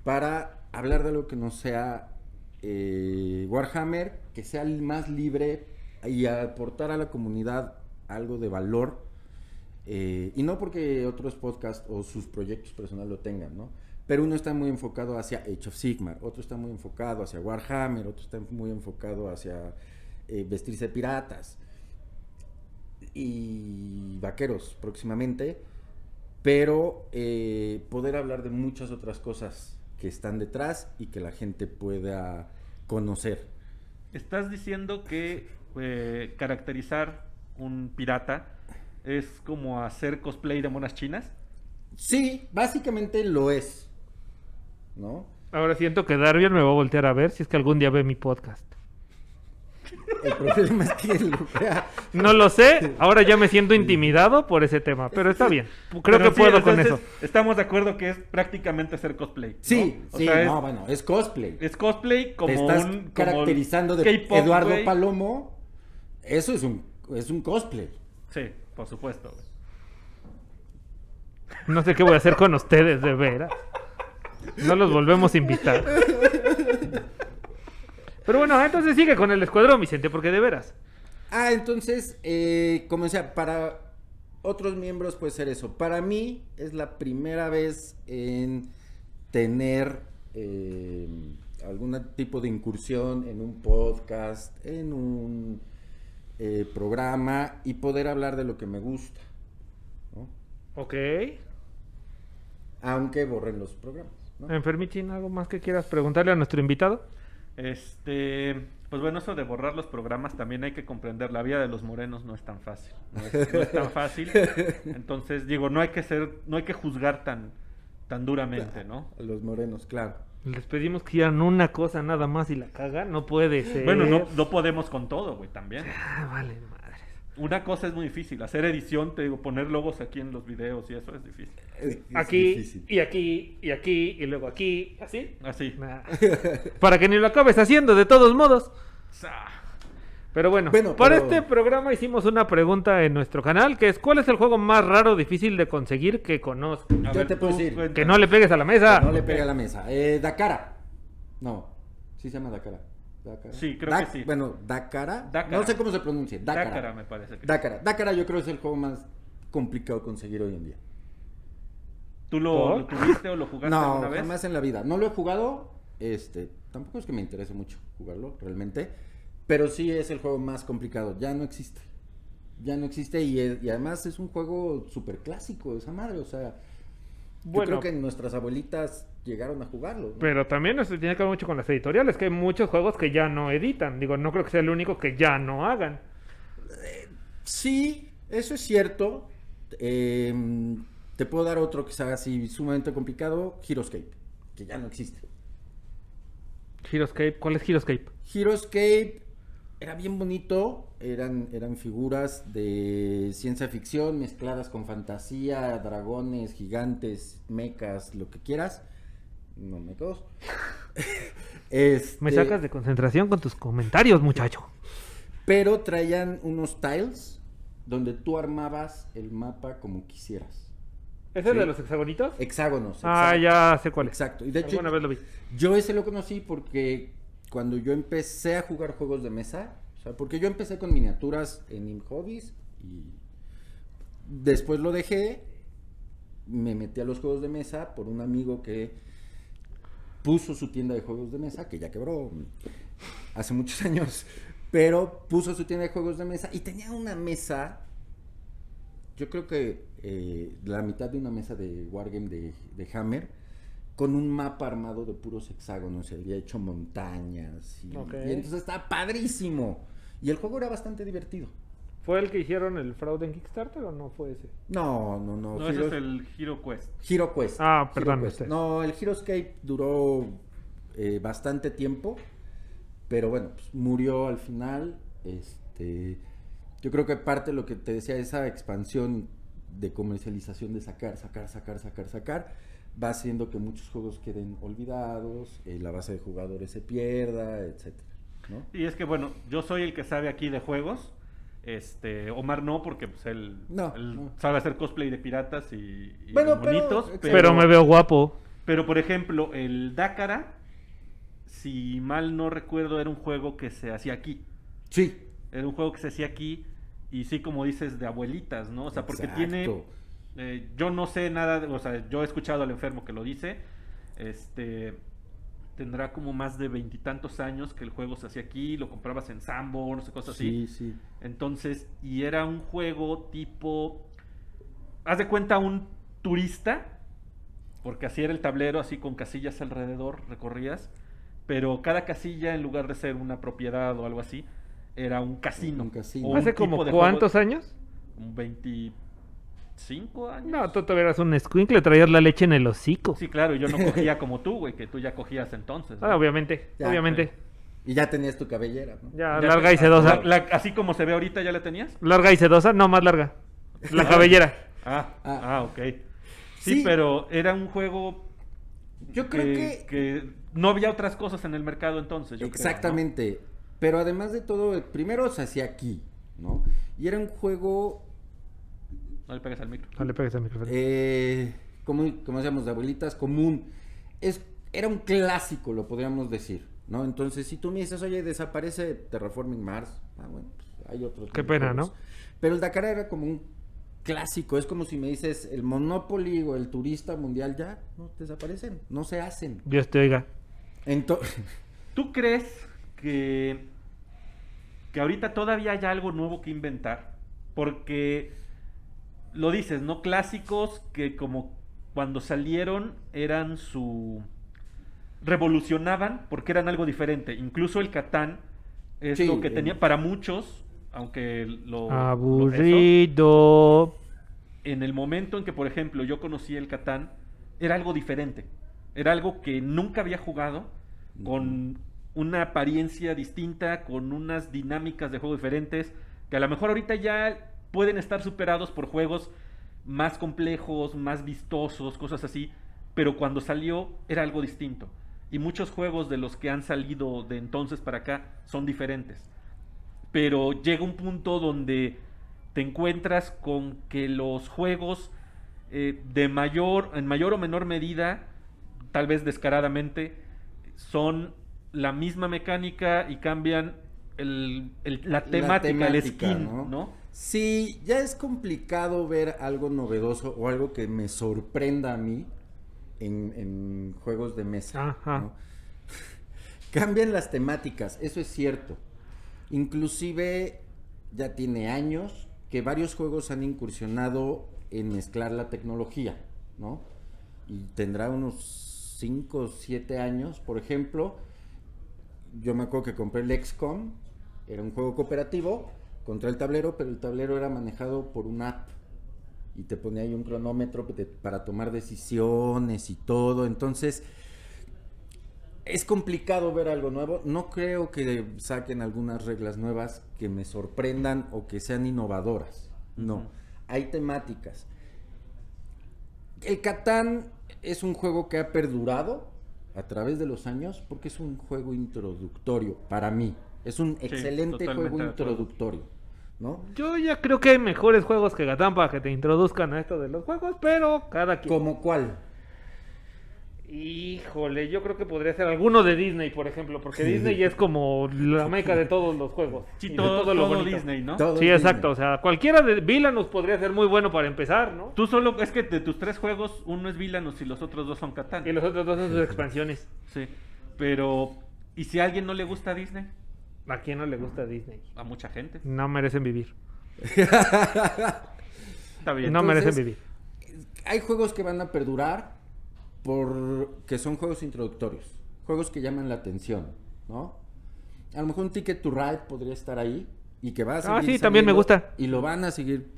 C: para hablar de algo que no sea eh, Warhammer, que sea el más libre y aportar a la comunidad algo de valor. eh, y no porque otros podcasts o sus proyectos personales lo tengan, ¿no? Pero uno está muy enfocado hacia Age of Sigmar, otro está muy enfocado hacia Warhammer, otro está muy enfocado hacia eh, vestirse de piratas y vaqueros próximamente, pero eh, poder hablar de muchas otras cosas que están detrás y que la gente pueda conocer.
B: Estás diciendo que eh, caracterizar un pirata es como hacer cosplay de monas chinas.
C: Sí, básicamente lo es, ¿no?
A: Ahora siento que Darwin me va a voltear a ver si es que algún día ve mi podcast.
C: El problema es que lo vea.
A: No lo sé, ahora ya me siento intimidado por ese tema, pero está bien. Creo
B: Pero
A: que
B: sí,
A: puedo con
B: entonces,
A: eso.
B: Estamos de acuerdo que es prácticamente hacer cosplay. ¿no?
C: Sí,
B: O
C: sí,
B: sea, es-
C: no, bueno, es cosplay.
B: Es cosplay como
C: Te estás
B: un como
C: caracterizando de
B: K-pop,
C: Eduardo
B: güey.
C: Palomo. Eso es un, es un cosplay.
B: Sí, por supuesto. güey.
A: No sé qué voy a hacer con ustedes, de veras. No los volvemos a invitar. Pero bueno, entonces sigue con el escuadrón, Vicente, porque de veras.
C: Ah, entonces, eh, como decía, para otros miembros puede ser eso. Para mí es la primera vez en tener eh, algún tipo de incursión en un podcast, en un eh, programa y poder hablar de lo que me gusta, ¿no?
A: Ok.
C: aunque borren los programas. ¿no?
A: Eh. Enfermichín, ¿algo más que quieras preguntarle a nuestro invitado?
B: Este, pues bueno, eso de borrar los programas también hay que comprender. La vida de los morenos no es tan fácil. No es, no es tan
C: [laughs]
B: fácil. Entonces, digo, no hay que ser, no hay que juzgar tan, tan duramente, ¿no?
C: A Los morenos, claro.
A: Les pedimos que hicieran una cosa nada más y la cagan. No puede ser.
B: Bueno, no, no podemos con todo, güey, también.
A: Ah, vale, madre.
B: Una cosa es muy difícil, hacer edición, te digo, poner logos aquí en los videos y eso es difícil.
C: Es- es
A: Aquí,
C: difícil.
A: y aquí, y aquí, y luego aquí, así.
B: Así.
A: Nah. Para que ni lo acabes haciendo, de todos modos.
B: Sa-
A: Pero bueno,
C: Bueno,
A: para
C: pero-
A: este programa hicimos una pregunta en nuestro canal, que es ¿cuál es el juego más raro, difícil de conseguir que conozca?
B: A
C: Yo te puedo
B: tú
C: decir
B: cuéntame.
A: Que no le pegues a la mesa.
C: No le pegue a la mesa. Eh, Dakara. No. Sí se llama Dakara. Dakara.
B: Sí, creo
C: Da-
B: que sí.
C: Bueno, Dakara.
B: Dakara.
C: No sé cómo se pronuncia. Dakara.
B: Dácara,
C: Dakara.
B: me parece. que-
C: Dakara. yo creo que es el juego más complicado de conseguir hoy en día.
B: ¿Tú lo,
A: ¿Por?
B: lo tuviste o lo jugaste
C: [laughs] No,
B: alguna vez?
C: jamás en la vida. No lo he jugado. Este, tampoco es que me interese mucho jugarlo realmente, pero sí es el juego más complicado. Ya no existe. Ya no existe y, es- y además es un juego súper clásico esa madre. O sea,
A: Bueno.
C: yo creo que nuestras abuelitas llegaron a jugarlo. ¿no?
A: Pero también eso tiene que ver mucho con las editoriales, que hay muchos juegos que ya no editan. Digo, no creo que sea el único que ya no hagan.
C: Sí, eso es cierto. Eh, te puedo dar otro que sea así sumamente complicado, Heroescape, que ya no existe.
A: Heroescape, ¿cuál es Heroescape?
C: Heroescape era bien bonito, eran, eran figuras de ciencia ficción mezcladas con fantasía, dragones, gigantes, mecas, lo que quieras. No me dos. [laughs] Este,
A: Me sacas de concentración con tus comentarios, muchacho.
C: Pero traían unos tiles donde tú armabas el mapa como quisieras.
A: ¿Es
C: Sí.
A: el de los hexagonitos?
C: Hexágonos.
A: Ah,
C: exacto.
A: ya sé cuál es.
C: Exacto. Y de hecho,
A: Alguna vez lo vi.
C: yo ese lo conocí porque cuando yo empecé a jugar juegos de mesa, o sea, porque yo empecé con miniaturas en ImHobbies y después lo dejé, me metí a los juegos de mesa por un amigo que puso su tienda de juegos de mesa, que ya quebró hace muchos [laughs] años, pero puso su tienda de juegos de mesa y tenía una mesa, yo creo que eh, la mitad de una mesa de Wargame de, de Hammer, con un mapa armado de puros hexágonos, se había hecho montañas, y,
A: Ok.
C: y entonces estaba padrísimo, y el juego era bastante divertido.
A: ¿Fue el que hicieron el fraude en Kickstarter o no fue ese?
C: No, no, no.
B: No, ese es el Hero Quest.
C: Hero Quest.
A: Ah,
C: Hero
A: perdón,
C: Quest.
A: usted.
C: No, el Heroescape duró eh, bastante tiempo, pero bueno, pues, murió al final. Este, yo creo que parte de lo que te decía, esa expansión de comercialización de sacar, sacar, sacar, sacar, sacar, va haciendo que muchos juegos queden olvidados, eh, la base de jugadores se pierda, etcétera, ¿no?
B: Y es que, bueno, yo soy el que sabe aquí de juegos. Este, Omar no, porque pues, él,
C: No,
B: él
C: no.
B: sabe hacer cosplay de piratas y, y
C: Bueno,
B: de
C: pero-
B: monitos.
C: exacto.
A: Pero, me veo guapo.
B: Pero por ejemplo, el Dakara, si mal no recuerdo, era un juego que se hacía aquí.
C: Sí.
B: Era un juego que se hacía aquí y sí, como dices, de abuelitas, ¿no? O sea, porque tiene...
C: exacto.
B: eh, yo no sé nada, de- o sea, yo he escuchado al enfermo que lo dice. Este... Tendrá como más de veintitantos años que el juego se hacía aquí, lo comprabas en Sanborns, cosas así.
C: Sí, sí.
B: Entonces, y era un juego tipo. Haz de cuenta un turista, porque así era el tablero, así con casillas alrededor, recorrías. Pero cada casilla, en lugar de ser una propiedad o algo así, era un casino.
C: Un casino.
B: o un
A: ¿Hace
B: tipo
A: como
B: de
A: cuántos
B: juego-
A: años?
B: Un 25 años.
A: No, tú todavía eras un escuincle, traías la leche en el hocico.
B: Sí, claro, y yo no cogía como tú, güey, que tú ya cogías entonces.
A: Ah,
B: ¿no?
A: obviamente,
C: Ya,
A: obviamente.
C: Y ya tenías tu cabellera, ¿no?
A: Ya,
B: Ya
A: larga
B: te-
A: y sedosa.
B: la- la- así como se ve ahorita, ¿ya la tenías?
A: Larga y sedosa, no más larga. La cabellera.
B: Ah,
C: Ah.
B: ah, ok. Sí,
C: Sí.
B: pero eh, era un juego.
C: Yo creo que-
B: no había otras cosas en el mercado entonces. yo creo, ¿no?
C: Exactamente. Pero además de todo, primero se hacía aquí, ¿no? Y era un juego,
B: ¿no? le pegues al micro.
A: No le pegues al micrófono.
C: eh, como, como decíamos, de abuelitas, común. Es, era un clásico, lo podríamos decir, ¿no? Entonces, si tú me dices, oye, desaparece Terraforming Mars, ah, bueno, pues, hay otros.
A: Qué
C: minijuegos.
A: pena, ¿no?
C: Pero el Dakar era como un clásico, es como si me dices el Monopoly o el Turista Mundial, ya, no desaparecen, no se hacen.
A: Dios te oiga.
C: [laughs] Entonces,
B: ¿Tú crees que, que ahorita todavía hay algo nuevo que inventar? Porque lo dices, ¿no? Clásicos que como cuando salieron eran su... revolucionaban porque eran algo diferente. Incluso el Catán es
C: Sí,
B: lo que
C: el-
B: tenía para muchos, aunque oh, lo... lo- eso,
A: Aburrido.
B: en el momento en que, por ejemplo, yo conocí el Catán, era algo diferente. Era algo que nunca había jugado, con una apariencia distinta, con unas dinámicas de juego diferentes, que a lo mejor ahorita ya pueden estar superados por juegos más complejos, más vistosos, cosas así, pero cuando salió era algo distinto. Y muchos juegos de los que han salido de entonces para acá son diferentes pero llega un punto donde te encuentras con que los juegos eh, de mayor, en mayor o menor medida, tal vez descaradamente, son la misma mecánica y cambian el- el- la, temática, el
C: temática,
B: skin,
C: ¿no?
B: ¿no?
C: Sí, ya es complicado ver algo novedoso o algo que me sorprenda a mí en, en juegos de mesa.
A: Ajá.
C: ¿no? [laughs] Cambian las temáticas, eso es cierto. Inclusive ya tiene años que varios juegos han incursionado en mezclar la tecnología, ¿no? Y tendrá unos 5 o 7 años, por ejemplo, yo me acuerdo que compré el XCOM, era un juego cooperativo contra el tablero, pero el tablero era manejado por una app y te ponía ahí un cronómetro de- para tomar decisiones y todo. Entonces, es complicado ver algo nuevo. No creo que saquen algunas reglas nuevas que me sorprendan o que sean innovadoras. No,
B: Ujú.
C: hay temáticas. El Catán es un juego que ha perdurado a través de los años porque es un juego introductorio para mí. Es un excelente juego
B: totalmente de acuerdo.
C: introductorio, ¿no?
A: Yo ya creo que hay mejores juegos que Gatán para que te introduzcan a esto de los juegos, pero cada quien.
C: ¿Como cuál?
A: Híjole, yo creo que podría ser alguno de Disney, por ejemplo, porque Disney es como la meca de todos los juegos. y
B: Sí,
A: de
B: todo,
A: lo
B: todo
A: bonito.
B: Disney, ¿no?
C: Todo
A: Sí,
C: Disney.
A: exacto. O sea, cualquiera de Villanos podría ser muy bueno para empezar, ¿no?
B: Tú solo, es que de tus tres juegos, uno es Villanos y los otros dos son Catán.
A: Y los otros dos son sus expansiones.
B: Sí. Pero, ¿y si a alguien no le gusta Disney?
A: ¿A quién no le gusta Disney?
B: A mucha gente.
A: No merecen vivir.
B: Está bien.
A: No
C: Entonces-
A: merecen vivir.
C: Hay juegos que van a perdurar porque son juegos introductorios, juegos que llaman la atención, ¿no? A lo mejor un Ticket to Ride podría estar ahí y que va a
A: Ah,
C: seguir
A: sí, también me
C: saliendo
A: gusta.
C: Y lo van a seguir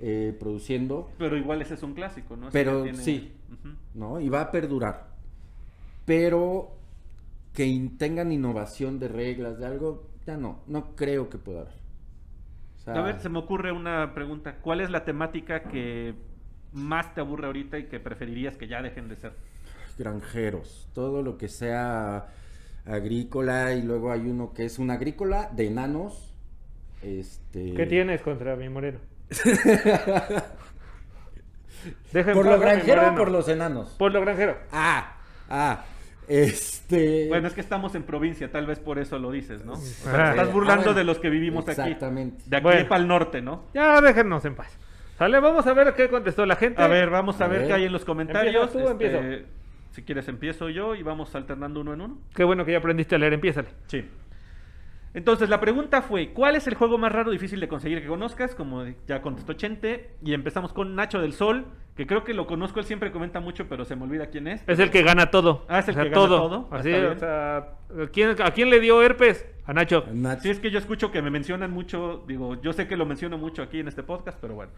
C: eh, produciendo,
B: Pero igual ese es un clásico, ¿no? Ese
C: Pero
B: ya
C: sí.
B: Ujú.
C: ¿no? Y va a perdurar. Pero que in- tengan innovación de reglas, de algo, ya no, no creo que pueda haber. O sea,
B: A ver, se me ocurre una pregunta. ¿Cuál es la temática que más te aburre ahorita y que preferirías que ya dejen de ser?
C: granjeros, todo lo que sea agrícola y luego hay uno que es un agrícola de enanos. Este
A: ¿Qué tienes contra mi
C: [laughs]
A: moreno? Deja en
C: por
A: paz a
C: lo
A: mi
C: granjero o
A: moreno.
C: por los enanos.
A: Por lo granjero.
C: Ah, ah. Este
B: Bueno, es que estamos en provincia, tal vez por eso lo dices, ¿no? O sea,
A: Ah.
B: te estás burlando
C: Ah, bueno.
B: de los que vivimos aquí.
C: Exactamente.
B: De aquí
A: Bueno.
B: para el norte, ¿no?
A: Ya déjennos en paz. Sale, vamos a ver qué contestó la gente.
B: A ver, vamos a,
C: Eh. A
B: ver,
C: ver.
B: qué hay en los comentarios.
A: ¿Empiezas tú o
B: Este, Si quieres, empiezo yo y vamos alternando uno en uno.
A: Qué bueno que ya aprendiste a leer, empiézale.
B: Sí. Entonces, la pregunta fue, ¿cuál es el juego más raro difícil de conseguir que conozcas? Como ya contestó Chente. Y empezamos con Nacho del Sol, que creo que lo conozco, él siempre comenta mucho, pero se me olvida quién es.
A: Es el que gana todo.
B: Ah, es el
A: O sea,
B: que gana todo.
A: Así,
B: Está
A: o
B: bien.
A: sea, ¿quién- ¿a quién le dio herpes? A Nacho.
C: Nacho.
B: Sí, es que yo escucho que me mencionan mucho, digo, yo sé que lo menciono mucho aquí en este podcast, pero bueno.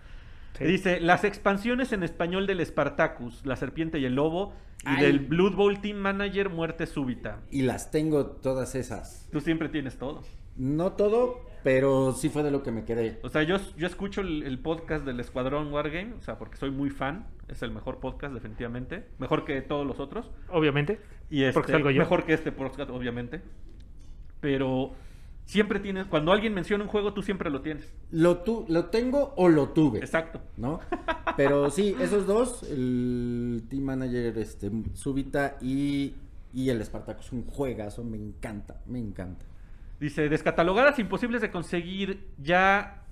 A: Sí.
B: Dice, las expansiones en español del Spartacus, La Serpiente y el Lobo, y
C: Ay.
B: del Blood Bowl Team Manager, Muerte Súbita.
C: Y las tengo todas esas.
B: Tú siempre tienes todo.
C: No todo, pero sí fue de lo que me quedé.
B: O sea, yo, yo escucho el, el podcast del Escuadrón Wargame, o sea, porque soy muy fan, es el mejor podcast definitivamente, mejor que todos los otros.
A: Obviamente.
B: Y este,
A: Porque salgo yo.
B: mejor que este podcast, obviamente. Pero siempre tienes, cuando alguien menciona un juego, tú siempre lo tienes.
C: Lo tu- lo tengo o lo tuve.
B: Exacto.
C: ¿no? Pero sí, esos dos, el Team Manager este, Súbita y, y el Spartacus, un juegazo, me encanta, me encanta.
B: Dice, descatalogadas imposibles de conseguir, ya,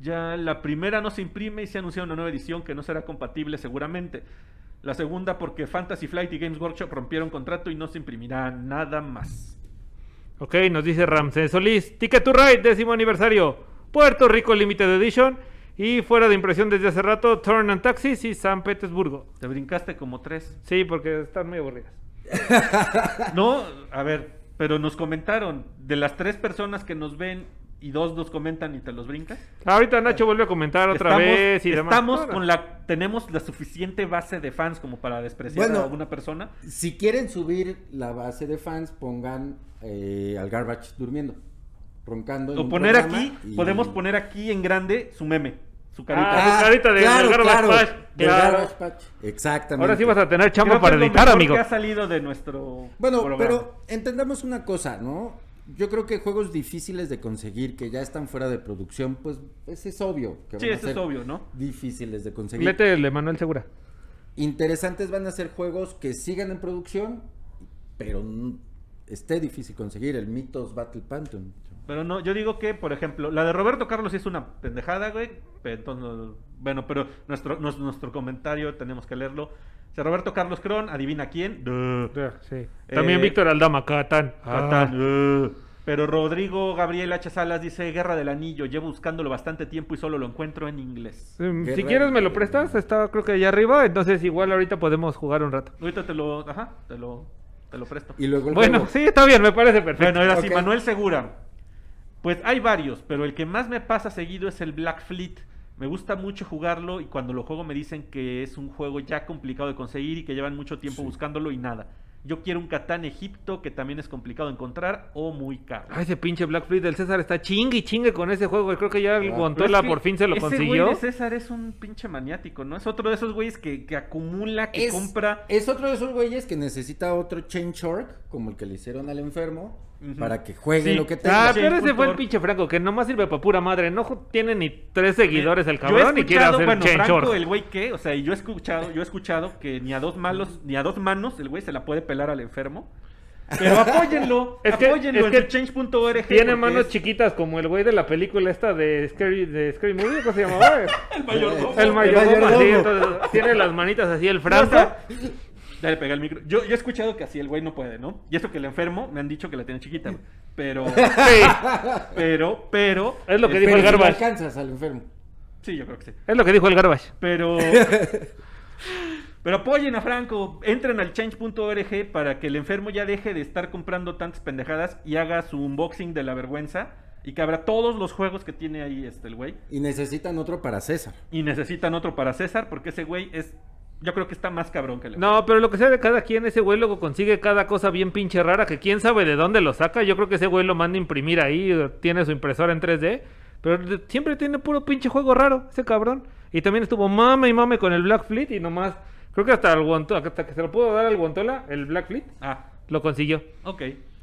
B: ya la primera no se imprime y se anuncia una nueva edición que no será compatible seguramente. La segunda porque Fantasy Flight y Games Workshop rompieron contrato y no se imprimirá nada más.
A: Ok, nos dice Ramsés Solís. Ticket to Ride, décimo aniversario. Puerto Rico Limited Edition. Y fuera de impresión desde hace rato, Turn and Taxis y San Petersburgo.
B: Te brincaste como tres.
A: Sí, porque están muy aburridas.
B: No, a ver, pero nos comentaron, de las tres personas que nos ven y dos nos comentan y te los brincas.
A: Ahorita Nacho vuelve a comentar otra vez y demás.
B: estamos
A: Ahora.
B: con la, tenemos la suficiente base de fans como para despreciar
C: Bueno.
B: a alguna persona.
C: Si quieren subir la base de fans, pongan eh, al Garbage durmiendo, roncando. en
B: O
C: un
B: poner
C: programa
B: aquí,
C: y-
B: podemos poner aquí en grande su meme, su carita.
A: Ah, su carita de- del Garbage Patch,
C: del
A: claro.
C: Garbage Patch, Exactamente.
A: Ahora sí vas a tener
B: Creo
A: chamba
B: que
A: para
B: es lo
A: editar,
B: mejor
A: amigo.
B: que ha salido de nuestro
C: Bueno,
B: programa.
C: pero entendamos una cosa, ¿no? Yo creo que juegos difíciles de conseguir que ya están fuera de producción, pues ese es obvio. Que
B: Sí,
C: van a
B: eso es
C: ser
B: obvio, ¿no?
C: Difíciles de conseguir.
A: Lete el de Manuel Segura.
C: Interesantes van a ser juegos que sigan en producción, pero n- esté difícil conseguir el Mythos Battle Pantheon.
B: Pero no, yo digo que, por ejemplo, la de Roberto Carlos sí es una pendejada, güey. pero entonces no- bueno, pero nuestro, nos- nuestro comentario tenemos que leerlo. O sea, Roberto Carlos Cron, adivina quién. Duh.
A: Sí. También
B: Eh, ah,
A: Víctor Aldama, Catán.
B: Catán, duh. Pero Rodrigo Gabriel H. Salas dice Guerra del Anillo. Llevo buscándolo bastante tiempo y solo lo encuentro en inglés.
A: Ah. Mm, Si
C: Guerra-
A: quieres me lo prestas, está creo que allá arriba, entonces igual ahorita podemos jugar un rato.
B: Ahorita te lo, ajá, te lo, te lo presto.
C: Y luego el
A: Bueno, [laughs]
C: juego.
A: sí, está bien, me parece perfecto.
B: Bueno, era así,
C: Ok.
B: Manuel Segura. Pues hay varios, pero el que más me pasa seguido es el Black Fleet. Me gusta mucho jugarlo y cuando lo juego me dicen que es un juego ya complicado de conseguir y que llevan mucho tiempo buscándolo y nada. Yo quiero un Catán Egipto que también es complicado de encontrar o muy caro.
A: Ay, ese pinche Black Fleet del César está chingue y chingue con ese juego. y Creo que ya el
C: Ah,
A: Guantola
B: Pero es que
A: por fin se lo
B: ese
A: consiguió.
B: Güey de César es un pinche maniático, ¿no? Es otro de esos güeyes que, que acumula, que
C: es,
B: compra.
C: es otro de esos güeyes que necesita otro chain shark, como el que le hicieron al enfermo,
B: Ujú.
C: para que juegue
B: Sí,
C: lo que
A: Ah,
C: tenga.
B: sí.
A: pero ese
B: Puntor.
A: fue el pinche Franco, que nomás sirve para pura madre. No jo- tiene ni tres seguidores el
B: Yo he
A: cabrón y quiere
B: escuchado,
A: hacer
B: bueno,
A: change
B: Franco,
A: short.
B: el güey que, o sea, y yo he escuchado, yo he escuchado que ni a dos malos, ni a dos manos el güey se la puede pelar al enfermo. Pero apóyenlo,
A: [laughs] Es que-
B: apóyenlo
A: es que
B: en change.org.
A: Tiene
B: porque
A: manos
B: es
A: chiquitas como el güey de la película esta de Scary, de Scary Movie, ¿cómo se llamaba?
B: [laughs] El mayordomo.
A: el mayordomo,
C: mayordomo.
A: así, entonces, tiene las manitas así el Franco.
B: No, o sea, Dale, pega el micro. Yo, yo he escuchado que así el güey no puede, ¿no? Y eso que el enfermo me han dicho que la tiene chiquita, güey. Pero,
A: Sí,
B: pero, pero.
A: es lo que
B: este,
A: dijo
C: Pero
A: el
C: si lo
A: Garbage.
C: alcanzas al enfermo.
B: Sí, yo creo que sí.
A: Es lo que dijo el Garbage. [laughs]
B: Pero. Pero apoyen a Franco, entren al change.org para que el enfermo ya deje de estar comprando tantas pendejadas y haga su unboxing de la vergüenza y que abra todos los juegos que tiene ahí este el güey.
C: Y necesitan otro para César.
B: Y necesitan otro para César porque ese güey es, yo creo que está más cabrón que el enfermo.
A: No, pero lo que sea de cada quien, ese güey luego consigue cada cosa bien pinche rara que quién sabe de dónde lo saca. Yo creo que ese güey lo manda a imprimir ahí, eh, tiene su impresora en 3D. Pero de- siempre tiene puro pinche juego raro, ese cabrón. Y también estuvo mame y mame con el Black Fleet y nomás. Creo que hasta, el guanto, hasta que se lo pudo dar al Guantola, el Black Fleet,
B: Ah,
A: lo consiguió.
B: ok.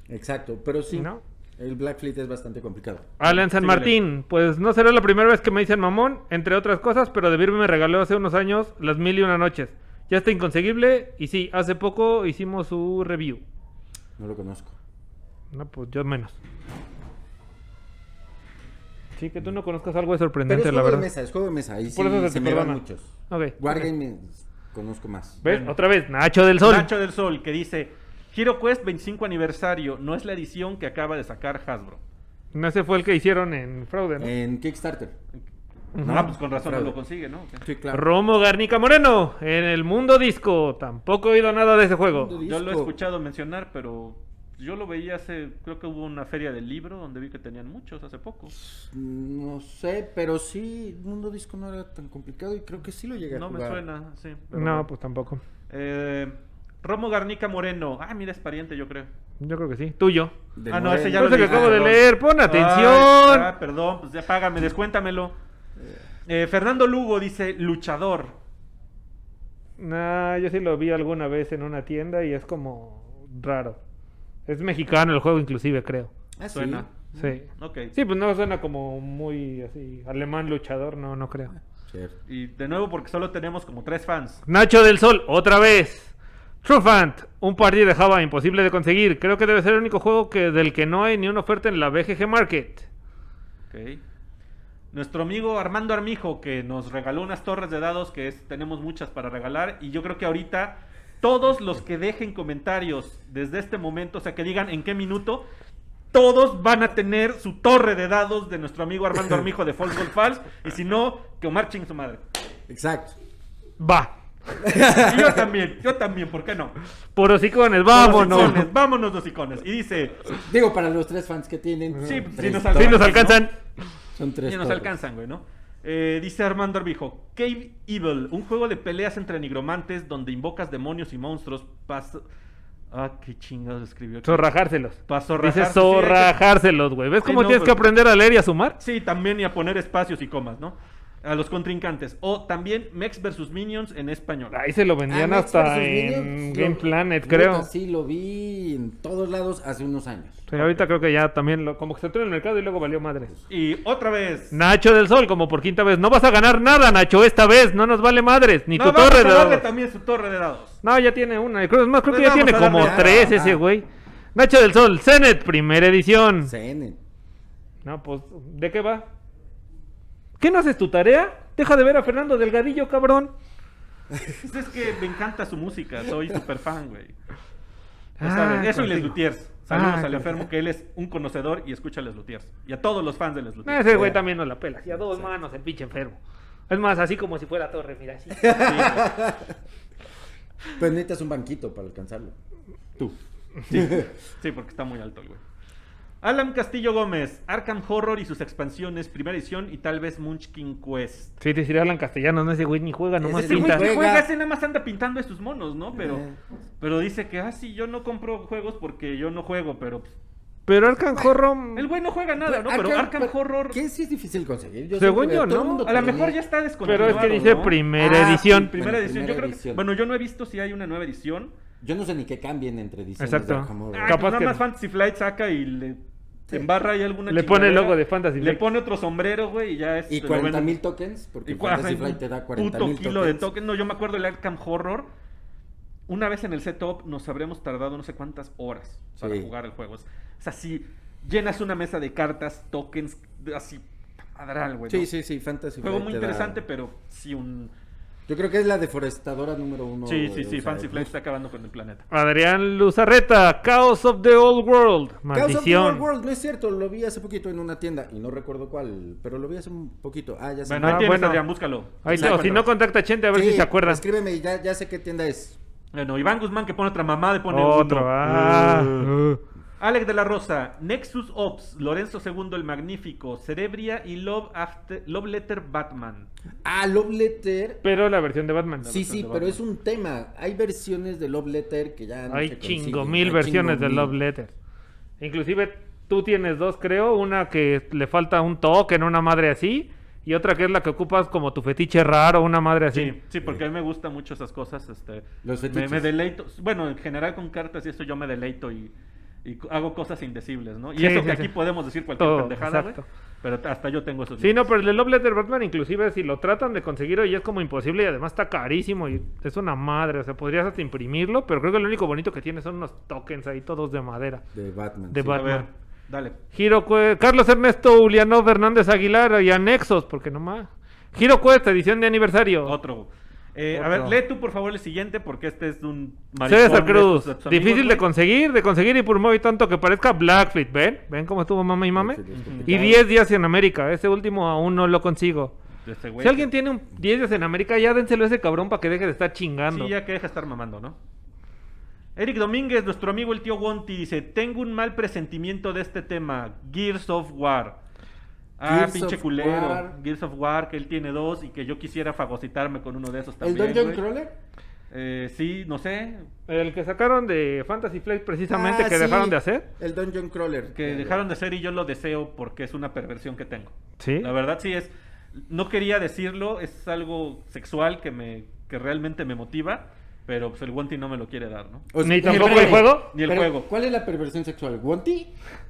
C: Exacto, pero sí.
A: ¿No?
C: El Black Fleet es bastante complicado.
A: Alan Ah, San
B: Sí,
A: Martín, pues no será la primera vez que me dicen mamón, entre otras cosas, pero De Virme me regaló hace unos años las mil y una noches. Ya está inconseguible y sí, hace poco hicimos su review.
C: No lo conozco.
A: No, pues yo menos. Sí, que tú no conozcas algo es
C: Pero es
A: sorprendente,
C: juego
A: la
C: de
A: verdad.
C: mesa, es juego de mesa. Ahí
A: Por
C: sí
A: eso se te
C: se me van
A: perdona.
C: muchos.
A: Ok.
C: Wargames conozco más.
A: ¿Ves?
B: Bueno.
A: Otra vez, Nacho del Sol.
B: Nacho del Sol que dice, Hero Quest 25 aniversario, no es la edición que acaba de sacar Hasbro.
A: No, ese fue el que hicieron en Fraude, ¿no?
C: En Kickstarter.
A: Ujú.
B: Ah, pues con razón no
C: Fraude.
B: lo consigue, ¿no? Ok.
C: Sí, claro.
A: Romo Garnica Moreno, en el mundo disco. Tampoco he oído nada de ese juego.
C: Mundo
B: Yo lo he
C: Disco.
B: escuchado mencionar, pero yo lo veía hace, creo que hubo una feria del libro donde vi que tenían muchos hace poco.
C: No sé, pero sí, Mundo Disco no era tan complicado y creo que sí lo llegué a
B: No me
C: jugar.
B: suena, sí. pero
A: No,
B: bueno.
A: pues tampoco.
B: Eh, Romo Garnica Moreno. Ah, mira, es pariente, yo creo.
A: Yo creo que sí. Tuyo.
C: De
B: ah, no,
C: Moreno.
B: ese ya
A: Pero ese
B: lo
A: que
B: leí,
A: acabo de
B: perdón.
A: leer, pon
B: Ay,
A: atención.
B: ah, perdón, pues ya págame, descuéntamelo. Eh, Fernando Lugo dice luchador.
A: Nah, Ah, yo sí lo vi alguna vez en una tienda y es como raro. Es mexicano el juego, inclusive, creo.
C: Ah, sí.
B: Suena.
A: Sí.
B: Ok.
A: Sí, pues no suena como muy así. Alemán luchador, no, no creo.
C: Cierto.
B: Y de nuevo, porque solo tenemos como tres fans.
A: Nacho del Sol, otra vez. Trufant, un party de Java imposible de conseguir. Creo que debe ser el único juego que, del que no hay ni una oferta en la BGG Market.
B: Ok. Nuestro amigo Armando Armijo, que nos regaló unas torres de dados, que es- tenemos muchas para regalar, y yo creo que ahorita todos los que dejen comentarios desde este momento, o sea, que digan en qué minuto, todos van a tener su torre de dados de nuestro amigo Armando Armijo de False Gold Falls, y si no, que Omar chingue su madre.
C: Exacto.
A: Va.
B: Y yo también, yo también, ¿por qué no?
A: Por hocicones,
B: Los
A: vámonos.
B: icones, vámonos los icones. Y dice,
C: Digo, para los tres fans que tienen.
B: Sí,
C: son
B: sí
C: tres
B: nos
C: torres.
A: Si nos alcanzan.
C: Son tres.
B: Ya nos
C: torres.
B: alcanzan, güey, ¿no? Eh, dice Armando Arbijo, Cave Evil, un juego de peleas entre nigromantes donde invocas demonios y monstruos. Paso... Ah, qué chingados escribió. aquí.
A: Zorrajárselos.
B: Pa' zorrajarse,
A: Dice
B: sí, hay que-
A: zorrajárselos, güey. ¿Ves
B: Sí,
A: cómo
B: no,
A: tienes
B: pues-
A: que aprender a leer y a sumar?
B: Sí, también y a poner espacios y comas, ¿no? A los contrincantes. O también Mex vs. Minions en español.
A: Ahí se lo vendían
C: Ah, Max
A: hasta
C: versus
A: en
C: Minions,
A: Game
C: lo-
A: Planet,
C: puta,
A: creo.
C: Sí, lo vi en todos lados hace unos años.
A: Pero ahorita creo que ya también, lo, como que se entró en el mercado y luego valió madres.
B: Y otra vez.
A: Nacho del Sol, como por quinta vez, no vas a ganar nada, Nacho, esta vez, no nos vale madres, ni
B: No,
A: tu
B: vamos
A: torre
B: a
A: de
B: darle
A: dados.
B: también su torre de dados.
A: No, ya tiene una, y creo, es más, creo
B: Pues
A: que ya
B: vamos
A: tiene
B: a darle
A: como
B: a-
A: tres ese
C: ah.
A: güey. Nacho del Sol, Zenet, primera edición.
C: CNN.
A: No, pues, ¿de qué va? ¿Qué no haces tu tarea? Deja de ver a Fernando Delgadillo, cabrón.
B: Pues Es que me encanta su
A: [laughs]
B: música, soy super fan, güey. Ah, Ya saben,
A: Ay,
B: eso y Les
A: Ah, contigo.
B: Lutiers. Saludos
A: Ay,
B: al
A: contigo.
B: enfermo que él es un conocedor y escucha a Les Lutiers. Y a todos los fans de Les
A: No,
B: Lutiers.
A: ese güey también nos la pela. Y a dos manos, el pinche enfermo. Es más, así como si fuera torre, mira, así.
C: Pero necesitas un banquito para alcanzarlo. Tú.
B: Sí, sí, porque está muy alto el güey. Alan Castillo Gómez, Arkham Horror y sus expansiones, primera edición y tal vez Munchkin Quest.
A: Sí, te diría Alan Castellanos, no ese güey ni juega, nomás
C: Ese güey
A: pinta.
B: Ese
C: Juega.
B: juega, ese nada más anda pintando estos monos, ¿no? Pero,
C: Eh.
B: pero dice que, ah, sí, yo no compro juegos porque yo no juego, pero pues,
A: Pero Arkham Horror.
B: el güey no juega nada,
C: Pues,
B: ¿no? Pero Arkham Horror,
C: Que sí es difícil conseguir. Yo
A: Según
C: siempre
A: yo,
C: veo, todo
A: ¿no?
C: el mundo
B: a lo
C: tenía.
B: mejor ya está descontinuado,
A: Pero es que dice
B: ¿no?
A: primera
C: Ah, sí,
A: edición.
B: Primera
C: Bueno,
B: edición, yo
C: primera
B: creo que,
C: edición.
B: bueno, yo no he visto si hay una nueva edición.
C: Yo no sé ni qué cambien entre ediciones.
A: Exacto.
C: de Arkham Horror.
B: Ah,
A: Capaz
B: pues nada
A: que-
B: más Fantasy Flight saca y le se embarra ahí alguna
A: Le pone el
B: chingadera,
A: logo de Fantasy
B: Le
A: Flight.
B: pone otro sombrero, güey, y ya es...
C: Y
B: lo
C: 40
B: venden.
C: mil tokens, porque
B: Y cua-
C: Fantasy
B: ajá,
C: Flight te da 40
B: puto
C: mil
B: kilo
C: tokens.
B: de tokens. No, yo me acuerdo del Arkham Horror. Una vez en el setup nos habremos tardado no sé cuántas horas para
C: Sí.
B: jugar el juego. Es es así, llenas una mesa de cartas, tokens, de- así, madral, güey. ¿no?
C: Sí, sí, sí, Fantasy
B: Juego
C: Flight
B: muy
C: te da-
B: interesante, pero sí un...
C: Yo creo que es la deforestadora número uno.
B: sí, sí,
C: güey,
B: sí,
C: o sea,
B: Fancy Flight
C: es-
B: está acabando con el planeta.
A: Adrián Luzarreta, Chaos of the Old World.
C: Chaos of the
A: Maldición.
C: Old World, no es cierto, lo vi hace poquito en una tienda y no recuerdo cuál, pero lo vi hace un poquito. Ah, ya sé.
B: Bueno,
A: Ah,
B: ahí tienes,
A: bueno.
B: Adrián, búscalo.
A: Ahí
B: Sí,
A: está, o
B: lo
A: si no,
B: encuentras.
A: contacta a Chente a ver si se acuerda.
C: Escríbeme y ya, ya sé qué tienda es.
B: Bueno, Iván Guzmán que pone otra mamá de pone
A: Otro.
B: uno.
A: ah.
B: Alex de la Rosa, Nexus Ops, Lorenzo II el Magnífico, Cerebria y Love, After, Love Letter Batman.
C: Ah, Love Letter.
A: Pero la versión de Batman.
C: Sí, sí,
B: de
C: pero
B: Batman.
C: es un tema. Hay versiones de Love Letter que ya no
A: Hay
C: se
A: chingo
C: consiguen,
A: mil
C: hay
A: versiones
C: chingo
A: de
C: mil.
A: Love Letter. Inclusive tú tienes dos, creo. Una que le falta un toque en una madre así. Y otra que es la que ocupas como tu fetiche raro, una madre así.
B: Sí, sí, porque a mí me gustan mucho esas cosas. Este,
C: Los
B: me- me,
C: fetiches.
B: deleito. Bueno, en general con cartas y eso yo me deleito y, y hago cosas indecibles, ¿no? Y
A: Sí,
B: eso
A: sí,
B: que
A: sí.
B: aquí podemos decir cualquier
A: Todo,
B: pendejada, güey,
A: exacto.
B: Pero hasta yo tengo esos.
A: Sí, no,
B: libros.
A: pero el de Love Letter Batman, inclusive si lo tratan de conseguir hoy es como imposible y además está carísimo y es una madre. O sea, podrías hasta imprimirlo, pero creo que lo único bonito que tiene son unos tokens ahí todos de madera.
C: De Batman.
A: De
C: sí.
A: Bat-
B: A ver,
A: Batman.
B: dale.
A: Giro Cue- Carlos Ernesto Ulianov Hernández Aguilar y anexos, porque nomás. Giro Cuesta, edición de aniversario.
B: Otro. Eh, A ver,
A: Otro.
B: lee tú por favor el siguiente porque este es un
A: César
B: de
A: Cruz,
B: sus- sus amigos,
A: difícil de
B: güey.
A: conseguir, de conseguir y por muy tanto que parezca Blackfleet, ¿ven? ¿Ven cómo estuvo mamá y mame?
C: Sí, sí, sí.
A: Y 10 días en América, ese último aún no lo consigo.
B: Este güey
A: Si alguien
B: que-
A: tiene un 10 días en América, ya dénselo a ese cabrón para que deje de estar chingando.
B: Sí, ya que deja de estar mamando, ¿no? Eric Domínguez, nuestro amigo el tío Wonti, dice: Tengo un mal presentimiento de este tema. Gears of War. Ah,
C: Gears
B: pinche
C: of
B: culero.
C: War.
B: Gears of War, que él tiene dos y que yo quisiera fagocitarme con uno de esos
C: ¿El
B: también.
C: Dungeon
B: güey.
C: Crawler?
B: Eh, sí, no sé.
A: El que sacaron de Fantasy Flight precisamente,
C: Ah,
A: que
C: sí,
A: dejaron de hacer.
C: El Dungeon Crawler.
B: Que dejaron de ser y yo lo deseo porque es una perversión que tengo.
A: Sí.
B: La verdad sí es, no quería decirlo, es algo sexual que me que realmente me motiva, pero pues el Wonti no me lo quiere dar, ¿no?
C: O sea,
A: Ni
C: pero
A: tampoco el
C: espérame,
A: juego.
B: Ni el
C: pero
B: juego.
C: ¿Cuál es la perversión sexual? ¿Wanty?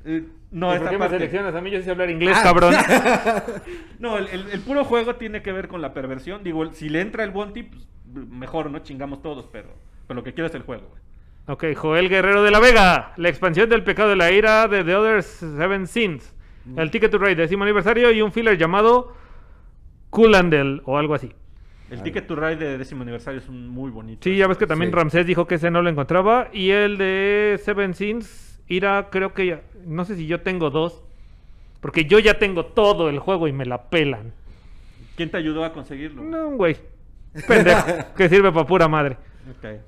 B: Eh,
A: ¿Y
B: no,
A: ¿Por
B: esta
A: qué me
B: parte-
A: seleccionas a mí? Yo sí sé hablar
C: Ah.
A: inglés,
C: [laughs]
A: cabrón.
B: No, el, el- el puro juego tiene que ver con la perversión. Digo, el- si le entra el Bounty, pues, mejor, ¿no? Chingamos todos, pero, pero lo que quiero es el juego, güey.
A: ok, Joel Guerrero de la Vega. La expansión del pecado de la ira de The Other Seven Sins.
B: Mm.
A: El Ticket to Ride, décimo aniversario y un filler llamado Culandel o algo así.
B: El Ticket to Ride de décimo aniversario es un muy bonito.
A: Sí, ya ves que también
C: Sí.
A: Ramsés dijo que ese no lo encontraba. Y el de Seven Sins, Ira, creo que ya. No sé si yo tengo dos. Porque yo ya tengo todo el juego y me la pelan.
B: ¿Quién te ayudó a conseguirlo? güey?
A: No,
B: [laughs]
A: güey. Pendejo. que sirve para pura madre.
B: Ok.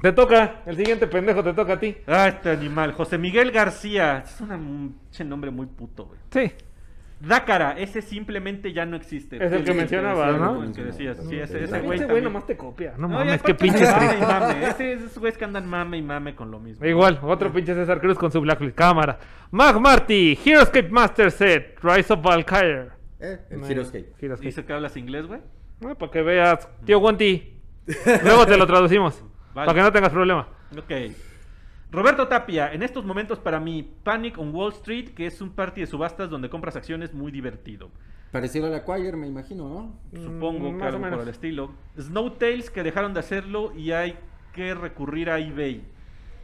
A: Te toca. El siguiente pendejo te toca a ti.
B: Ah, este animal. José Miguel García. Es una- un che nombre muy puto, güey.
A: Sí.
B: Dácara, ese simplemente ya no existe.
A: Es el que
B: Sí,
A: mencionabas,
B: decías,
A: ¿no?
B: El que decías. Sí, ese, ese
C: Ese
A: Ese
B: güey.
A: güey
B: también.
A: nomás te copia. No,
B: No, y
A: mames, qué
B: aparte
A: pinche
B: mame y
A: triste.
B: mame. Ese- Esos güeyes que andan mame y mame con lo mismo.
A: Igual, otro pinche César Cruz con su Blackflip cámara. Mag Marty, Heroescape Master Set, Rise of Valkyrie.
C: Eh, el
A: No,
C: Heroescape.
A: Heroescape.
B: Dice que hablas inglés, güey.
A: Ah, para que veas, tío Guanti. Luego te lo traducimos.
B: [laughs] Vale.
A: Para que no tengas
B: [laughs]
A: problema.
B: Ok. Roberto Tapia, en estos momentos para mí, Panic on Wall Street, que es un party de subastas donde compras acciones muy divertido.
C: Parecido al Acquire, me imagino, ¿no?
B: Supongo
A: Mm,
B: que
A: más o
B: algo por
A: menos.
B: el estilo. Snow Tales, que dejaron de hacerlo y hay que recurrir a eBay.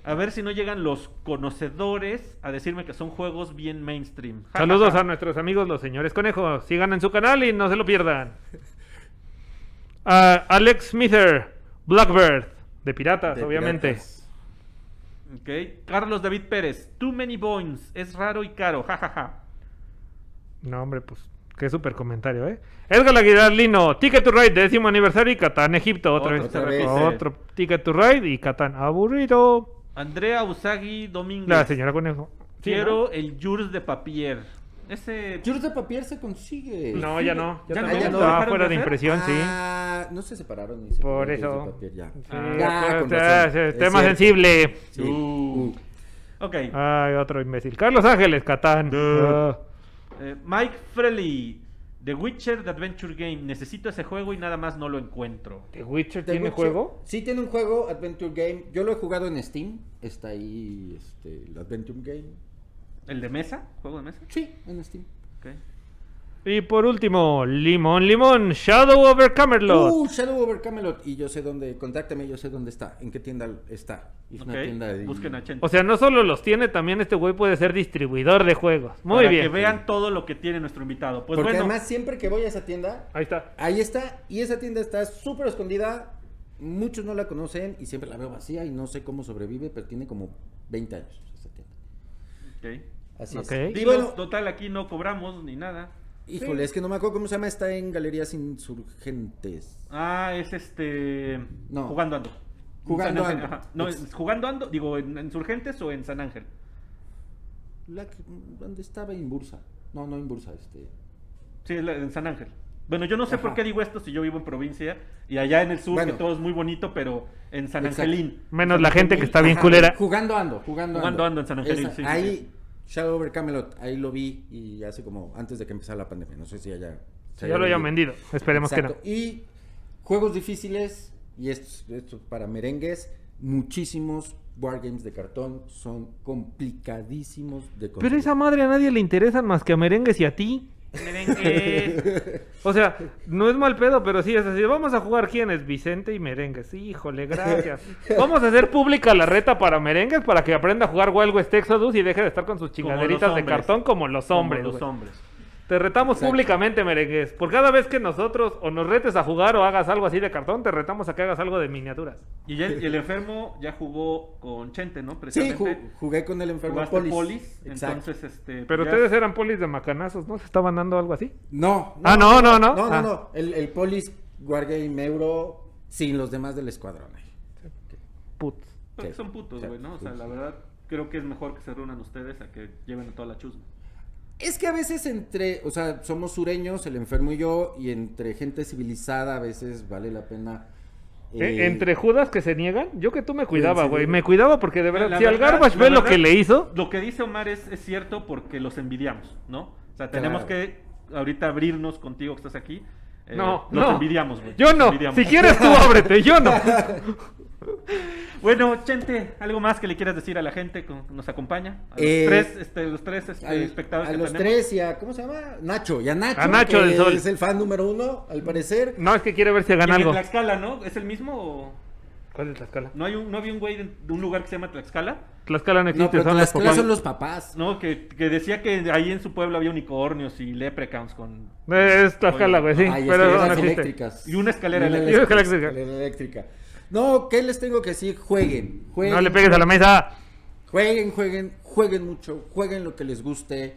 B: A ver si no llegan los conocedores a decirme que son juegos bien mainstream. Ja,
A: Saludos
B: ja,
A: a
B: ja.
A: nuestros amigos los señores conejos. Sigan en su canal y no se lo
C: [laughs]
A: pierdan. Ah, Alex Smither, Blackbird, de piratas,
C: De
A: Ah, obviamente.
C: piratas.
B: Ok. Carlos David Pérez, Too Many Bones, es raro y caro. jajaja
A: No, hombre, pues qué súper comentario, ¿eh? Edgar Aguilar Lino, Ticket to Ride, décimo aniversario y Catán, Egipto, otra,
B: Otro,
A: vez.
B: otra vez,
A: Otro,
B: eh.
A: Ticket to Ride y Catán, aburrido.
B: Andrea Usagi Domínguez.
A: La señora conejo.
B: Quiero el Jurs de Papier. Ese.
C: Jules de Papier se consigue.
A: No, ya no.
B: Ya
A: Ya
C: también lo
A: estaba
B: dejaron
A: fuera
B: de
A: de
B: hacer.
A: impresión, sí.
C: Ah, no se separaron. ni se
A: Por
C: fueron Jules
A: eso.
C: de Papier, ya.
A: Sí,
C: Ya,
A: o
C: con
A: sea,
C: razón.
A: es
C: Es
A: tema
C: cierto.
A: sensible.
C: Sí.
B: Uh.
C: Uh.
B: Ok.
A: Ay, otro imbécil. Carlos Ángeles, Catán. Ah.
B: Eh, Mike Freley. The Witcher The Adventure Game. Necesito ese juego y nada más no lo encuentro.
A: ¿The Witcher
C: The
A: tiene
C: Witcher-
A: juego?
C: Sí, tiene un juego, Adventure Game. Yo lo he jugado en Steam. Está ahí este, el Adventure Game.
B: ¿El de mesa? ¿Juego de mesa?
C: Sí, en Steam.
B: Ok.
A: Y por último, Limón Limón, Shadow over Camelot.
C: Uh, Shadow over Camelot. Y yo sé dónde, contáctame, yo sé dónde está, en qué tienda está. Es una
B: Ok,
C: tienda de-
B: Busquen a Chente.
A: o sea, no solo los tiene, también este güey puede ser distribuidor de juegos. Muy
B: para
A: bien.
B: que vean todo lo que tiene nuestro invitado. Pues
C: Porque
B: bueno,
C: además siempre que voy a esa tienda,
A: Ahí está.
C: ahí está. Y esa tienda está súper escondida. Muchos no la conocen y siempre la veo vacía y no sé cómo sobrevive, pero tiene como 20 años esa tienda.
B: ok.
C: Así
A: Ok.
C: es. Y
B: Dinos,
C: bueno,
B: total, aquí no cobramos ni nada.
C: híjole, es que no me acuerdo cómo se llama, está en Galerías Insurgentes.
B: Ah, es este.
C: No.
B: Jugando ando.
C: Jugando
B: San Ángel,
C: Ando.
B: ajá. No, es jugando ando, digo, en, en Surgentes o en San Ángel.
C: La que- ¿Dónde estaba Inbursa? No, no Inbursa, este.
B: Sí, es la- en San Ángel. Bueno, yo no sé por
C: Ajá.
B: qué digo esto si yo vivo en provincia y allá en el sur,
C: Bueno.
B: que todo es muy bonito, pero en San
C: Exacto.
B: Angelín.
A: Menos la gente Este que está bien
C: Ajá,
A: culera.
C: Jugando ando, jugando ando.
B: Jugando ando en San Angelín,
C: Esa-
B: sí, sí,
C: Ahí,
B: sí.
C: Shadow over Camelot, ahí lo vi y hace como antes de que empezara la pandemia. No sé si allá. si
A: Ya
C: allá
A: lo hayan
C: vi.
A: vendido. Esperemos
C: Exacto.
A: que
C: Y juegos difíciles, y esto, esto para merengues, muchísimos wargames de cartón son complicadísimos de
A: no.
C: conseguir.
A: Pero esa madre a nadie le interesan más que a merengues y a ti.
C: [laughs]
B: Merengue.
A: O sea, no es mal pedo, pero sí es así. Vamos a jugar quiénes, Vicente y Merengues. Híjole, gracias.
C: [laughs]
A: Vamos a hacer pública la reta para Merengues para que aprenda a jugar Wild West Exodus y deje de estar con sus
B: Como los
A: chingaderitas de
B: hombres.
A: cartón como los
B: Como
A: hombres.
B: Los
A: güey.
B: hombres.
A: Te retamos
C: Exacto.
A: públicamente, Merengues. Por cada vez que nosotros o nos retes a jugar o hagas algo así de cartón, te retamos a que hagas algo de miniaturas.
B: Y, ya- y el enfermo ya jugó con Chente, ¿no?
C: Sí,
B: Precisamente.
C: ju- jugué con el enfermo
B: jugaste
C: Polis.
B: Polis.
C: Exacto.
B: entonces, este.
A: Pero
B: ya-
A: ustedes eran polis de macanazos, ¿no? ¿Se estaban dando algo así?
C: No,
A: Ah, no, no, no.
C: No, no,
A: Ah.
C: no. El, el Polis Wargame Euro sin los demás del escuadrón. ahí.
A: Putz.
B: Porque
C: Sí,
B: son putos,
C: sí,
B: güey, ¿no? O sea,
C: sí.
B: la verdad, creo que es mejor que se reúnan ustedes a que lleven a toda la chusma.
C: Es que a veces entre, o sea, somos sureños, el enfermo y yo, y entre gente civilizada a veces vale la pena.
A: Eh,
C: eh,
A: Entre Judas que se niegan, yo que tú me cuidaba,
C: sí,
A: güey.
C: sí.
A: Me cuidaba porque de verdad,
B: La
A: si al
B: verdad-
A: Garbage
B: la
A: ve lo
B: verdad,
A: que le hizo,
B: Lo que dice Omar es, es cierto porque los envidiamos, ¿no? O sea, tenemos
C: Claro.
B: que ahorita abrirnos contigo que estás aquí. Eh,
A: no,
B: Los
A: no.
B: envidiamos, güey.
A: Yo
B: los
A: no.
B: envidiamos.
A: Si quieres tú ábrete, yo no.
B: Bueno, Chente, ¿algo más que le quieras decir a la gente que nos acompaña? A los
C: Eh,
B: tres, este, los tres este,
A: eh,
C: al-
B: espectadores
C: a
B: que
C: los
B: tenemos.
C: tres y a, ¿cómo se llama? Nacho, y a Nacho.
A: A Nacho
C: que
A: del Sol. Mm.
C: Es el fan número uno, al parecer.
A: No, es que quiere ver si
B: Y el
A: gana
B: de
A: algo.
B: Tlaxcala, ¿no? ¿Es el mismo o...?
A: ¿Cuál es Tlaxcala?
B: ¿No, hay un, ¿No había un güey de, de un lugar que se llama Tlaxcala?
A: Tlaxcala no
C: No,
A: existe,
C: pero
A: son los
C: las- son
A: papás.
C: los papás.
B: No, que, que decía que ahí en su pueblo había unicornios y leprechauns con...
A: Eh, Es Tlaxcala, güey, sí.
C: Ay,
A: pero
C: escaleras
A: no existe.
C: eléctricas.
B: Y una escalera
A: eléctrica. Y una escalera
C: escalera eléctrica. No, ¿qué les tengo que decir? Jueguen. jueguen
A: No le pegues a la mesa.
C: Jueguen, jueguen, jueguen mucho, jueguen lo que les guste.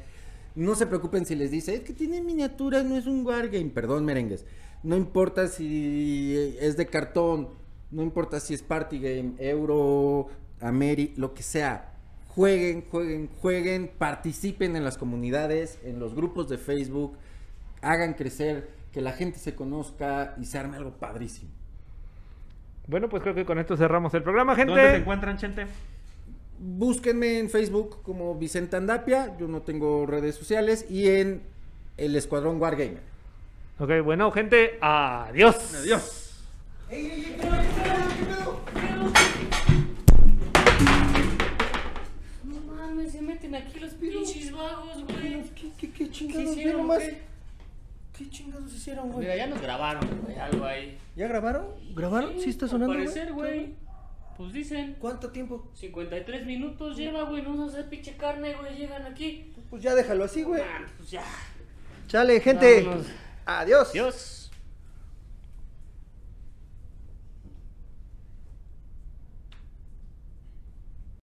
C: No se preocupen si les dice, es que tiene miniaturas, no es un wargame. Perdón, merengues. No importa si es de cartón, no importa si es party game, euro, ameri, lo que sea. Jueguen, jueguen, jueguen, participen en las comunidades, en los grupos de Facebook, hagan crecer, que la gente se conozca y se arme algo padrísimo.
A: Bueno, pues creo que con esto cerramos el programa,
B: ¿Dónde se
A: gente.
B: encuentran, Chente?
C: Búsquenme en Facebook como Vicente Andapia, yo no tengo redes sociales, y en el Escuadrón Wargamer.
A: Ok, bueno, gente, adiós.
B: Adiós.
D: No mames, se meten aquí los pinches vagos, güey.
C: ¿Qué, qué, qué
D: ¿Qué
C: chingados? Ve
D: hicieron,
C: nomás.
D: qué?
C: ¿Qué chingados hicieron, güey?
D: Mira, ya nos grabaron, güey, algo ahí.
C: ¿Ya grabaron? ¿Grabaron? ¿Sí, está
D: al
C: sonando, güey?
D: parecer, güey. Pues dicen,
C: ¿Cuánto tiempo?
D: 53 minutos lleva, güey, no nos hace pinche carne, güey, llegan aquí.
C: Pues ya déjalo así, güey.
D: Ah, pues ya.
C: Chale, gente.
D: Vámonos.
C: Adiós.
D: Adiós.